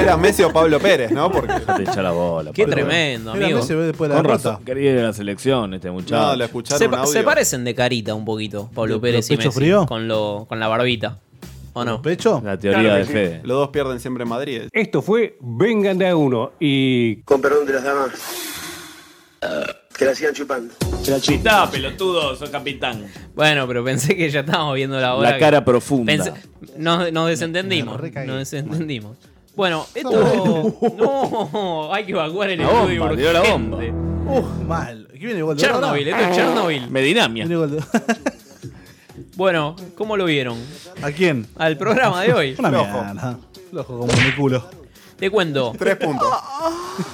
S1: Era Messi o Pablo Pérez, ¿no? Porque.
S5: Te echa la bola.
S4: Qué
S5: Pablo.
S4: tremendo,
S5: Mira,
S4: amigo.
S5: Messi ve después de la Con derrota. razón, quería ir a la selección este muchacho.
S1: No, lo escucharon
S4: se,
S1: un
S4: pa-
S1: audio.
S4: se parecen de carita un poquito, Pablo
S1: ¿Lo-
S4: Pérez
S1: lo
S4: y
S1: pecho
S4: Messi.
S1: frío?
S4: Con, lo, con la barbita. ¿O no?
S3: ¿Pecho?
S5: La
S1: Los dos pierden siempre en Madrid.
S13: Esto fue Vengan de a uno y.
S24: Con perdón de las damas. Que la sigan chupando.
S5: Capitá, pelotudo, sos capitán.
S4: Bueno, pero pensé que ya estábamos viendo la hora.
S5: La cara
S4: que-
S5: profunda.
S4: Pensé- nos, nos desentendimos. Nos desentendimos. [LAUGHS] Bueno,
S18: [LAUGHS]
S4: esto. No, hay que evacuar el
S5: La
S4: estudio
S5: bomba, tiró la
S4: urgente.
S3: Uh, mal. ¿Qué viene el gol de
S4: Chernobyl,
S3: Barra?
S4: esto es Chernobyl.
S5: Medinamia.
S3: Viene gol de-
S4: Bueno, ¿cómo lo vieron?
S3: ¿A quién?
S4: [LAUGHS] Al programa de hoy.
S3: Una
S4: Flojo.
S3: mierda. Flojo como mi culo.
S4: Te cuento. Ah.
S1: Tres puntos.
S4: Te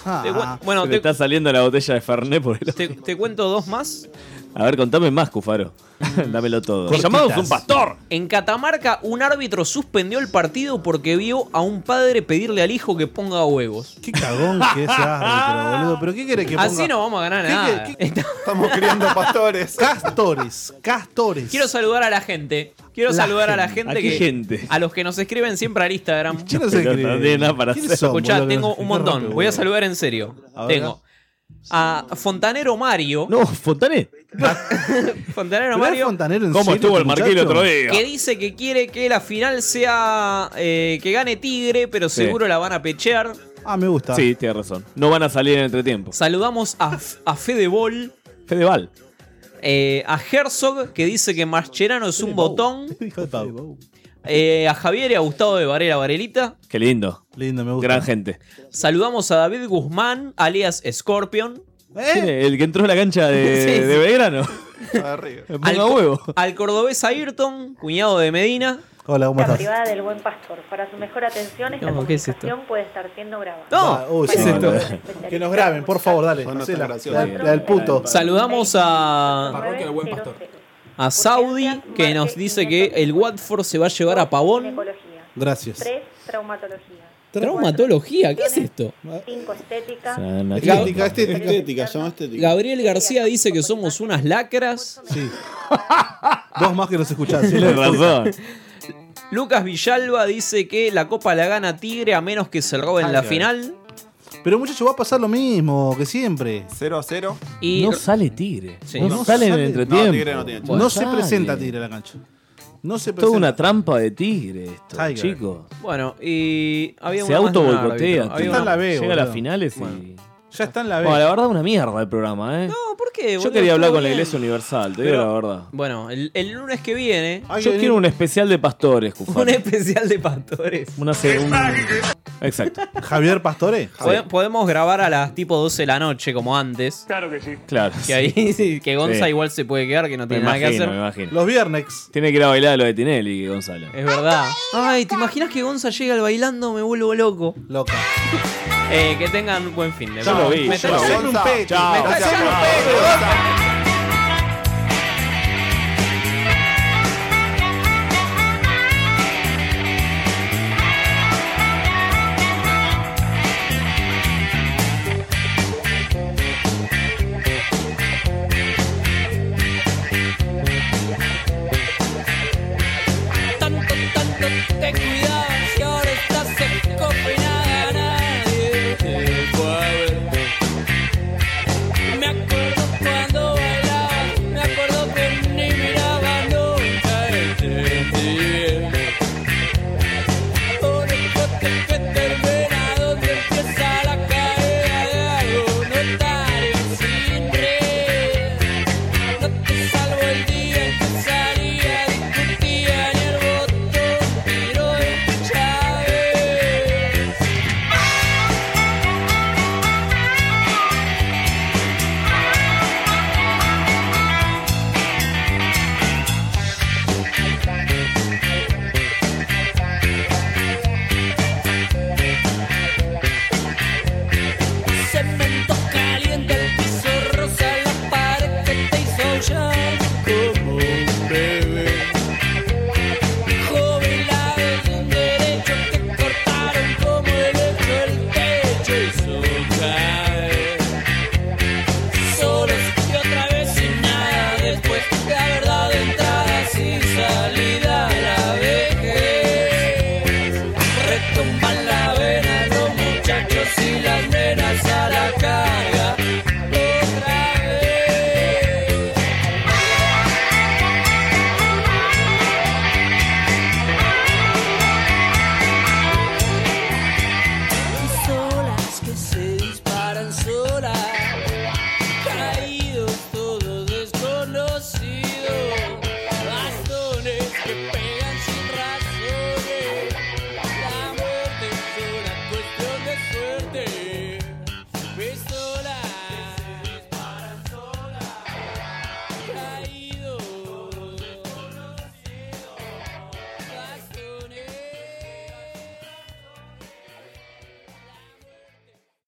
S3: Ah.
S4: cuen- bueno,
S5: Se le está saliendo la botella de Fernet por el
S4: te, te cuento dos más. Mm.
S5: A ver, contame más, Cufaro. [LAUGHS] Dámelo todo. Llamados un pastor.
S4: En Catamarca, un árbitro suspendió el partido porque vio a un padre pedirle al hijo que ponga huevos.
S3: Qué cagón
S5: [LAUGHS]
S3: que es árbitro, boludo. ¿Pero qué querés que ponga?
S4: Así no vamos a ganar
S3: ¿Qué-
S4: nada.
S3: qué-
S1: Estamos criando pastores.
S3: Castores, castores.
S4: Quiero saludar a la gente. Quiero
S3: La
S4: saludar a la
S3: gente.
S4: gente
S3: ¿A qué
S4: que.
S3: gente?
S4: A los que nos escriben siempre al Instagram.
S3: ¿Quién nos Pero escribe? no tiene nada para ¿Quiénes hacer. son,
S4: Escuchá,
S3: boludo, que
S4: tengo
S3: nos
S4: un
S3: escriben
S4: montón.
S3: rápido,
S4: Voy a
S3: boludo?
S4: saludar en serio.
S3: A ver,
S4: tengo. A Fontanero Mario.
S5: No, Fontané.
S4: Fontanero
S3: ¿Pero
S4: Mario.
S3: es fontanero en
S5: ¿Cómo
S3: serio,
S5: estuvo el
S3: muchacho?
S5: Marquín el otro día?
S4: Que dice que quiere que la final sea. eh, que gane Tigre, pero
S5: Sí.
S4: seguro la van a pechear.
S3: Ah, me gusta.
S5: Sí, tienes razón. No van a salir en entretiempo.
S4: Saludamos a, F- a Fedebol.
S5: Fedeval.
S4: a Herzog, que dice que Mascherano es un botón.
S3: [LAUGHS]
S4: Eh, a Javier y a Gustavo de Varela Varelita.
S5: Qué lindo.
S3: Lindo, me
S5: gusta. Gran gente.
S4: Saludamos a David Guzmán, alias Scorpion.
S5: ¿Quién es? El que entró a la cancha de,
S4: Sí, sí.
S5: de Belgrano.
S3: [LAUGHS]
S5: Me
S4: Al,
S5: Ponga huevo.
S4: al cordobés Ayrton, cuñado de Medina.
S3: Hola, ¿cómo
S14: La
S3: estás?
S14: privada del buen pastor. Para su mejor atención, esta
S4: No, ¿qué es esto?
S14: comunicación puede estar siendo grabada.
S3: Ah, uy, sí. [LAUGHS] Que nos graben, por favor, dale. Hacé la, la- la del puto.
S4: Saludamos a,
S14: del buen pastor.
S4: a Saudi, que nos dice que el Watford se va a llevar a Pavón.
S3: Gracias.
S14: Tres, traumatología.
S4: Traumatología, ¿qué es esto?
S14: Cinco, estética.
S4: Estética,
S14: estética.
S1: Estética, llama estética.
S4: Gabriel García dice que somos unas lacras.
S3: Sí. Dos más que nos escuchás. sí,
S5: Tienes
S3: la
S5: razón.
S4: Lucas Villalba dice que la copa la gana Tigre a menos que se roben la final.
S3: Pero muchachos, va a pasar lo mismo que siempre.
S1: 0 a 0.
S4: Y-
S5: No sale Tigre. No, sale en el entretiempo.
S3: No, Tigre no tiene chance. No se
S5: sale.
S3: presenta Tigre a la cancha. No se
S5: Es Toda
S3: presenta.
S5: una trampa de Tigre esto,
S3: Tiger.
S5: chicos.
S4: Bueno, y había
S5: Se
S4: una más de un
S5: autoboicotea.
S4: árbitro.
S5: Está
S4: Había
S5: en
S4: una-
S5: la B, Llega a las boludo. finales y-
S3: Ya está en la B.
S5: Bueno, la verdad una mierda el programa, ¿eh?
S4: No, ¿por qué?
S5: Yo
S4: boludo?
S5: quería hablar
S4: Estuvo
S5: con la
S4: bien.
S5: Iglesia Universal, te digo
S4: Pero-
S5: la verdad.
S4: Bueno, el, el lunes que viene.
S5: Yo quiero un especial de pastores,
S4: [LAUGHS]
S5: Cufaro.
S4: un especial de pastores.
S5: Una se- un- Exacto.
S3: ¿Javier Pastore?
S4: Pode- Podemos grabar a las tipo 12 de la noche, como antes.
S7: Claro que sí.
S5: Claro.
S4: Que ahí [LAUGHS] sí, que Gonza
S5: Sí.
S4: igual se puede quedar, que no
S5: Me
S4: tiene nada que
S5: imagino,
S4: hacer.
S5: me imagino.
S3: Los viernes.
S5: Tiene que ir a bailar lo de Tinelli, Gonzalo.
S4: Es verdad. Ay, ¿te imaginas que Gonza llega al bailando? Me vuelvo loco.
S3: Loca.
S4: Eh, que tengan buen fin de
S5: Yo lo vi,
S4: Me
S5: yo
S4: está
S5: lo vi.
S4: echando un
S5: Chao.
S4: pecho.
S5: Chao.
S4: Me está
S5: Chao.
S4: echando un
S5: Chao.
S4: pecho.
S8: Tanto, tanto, ten cuidado.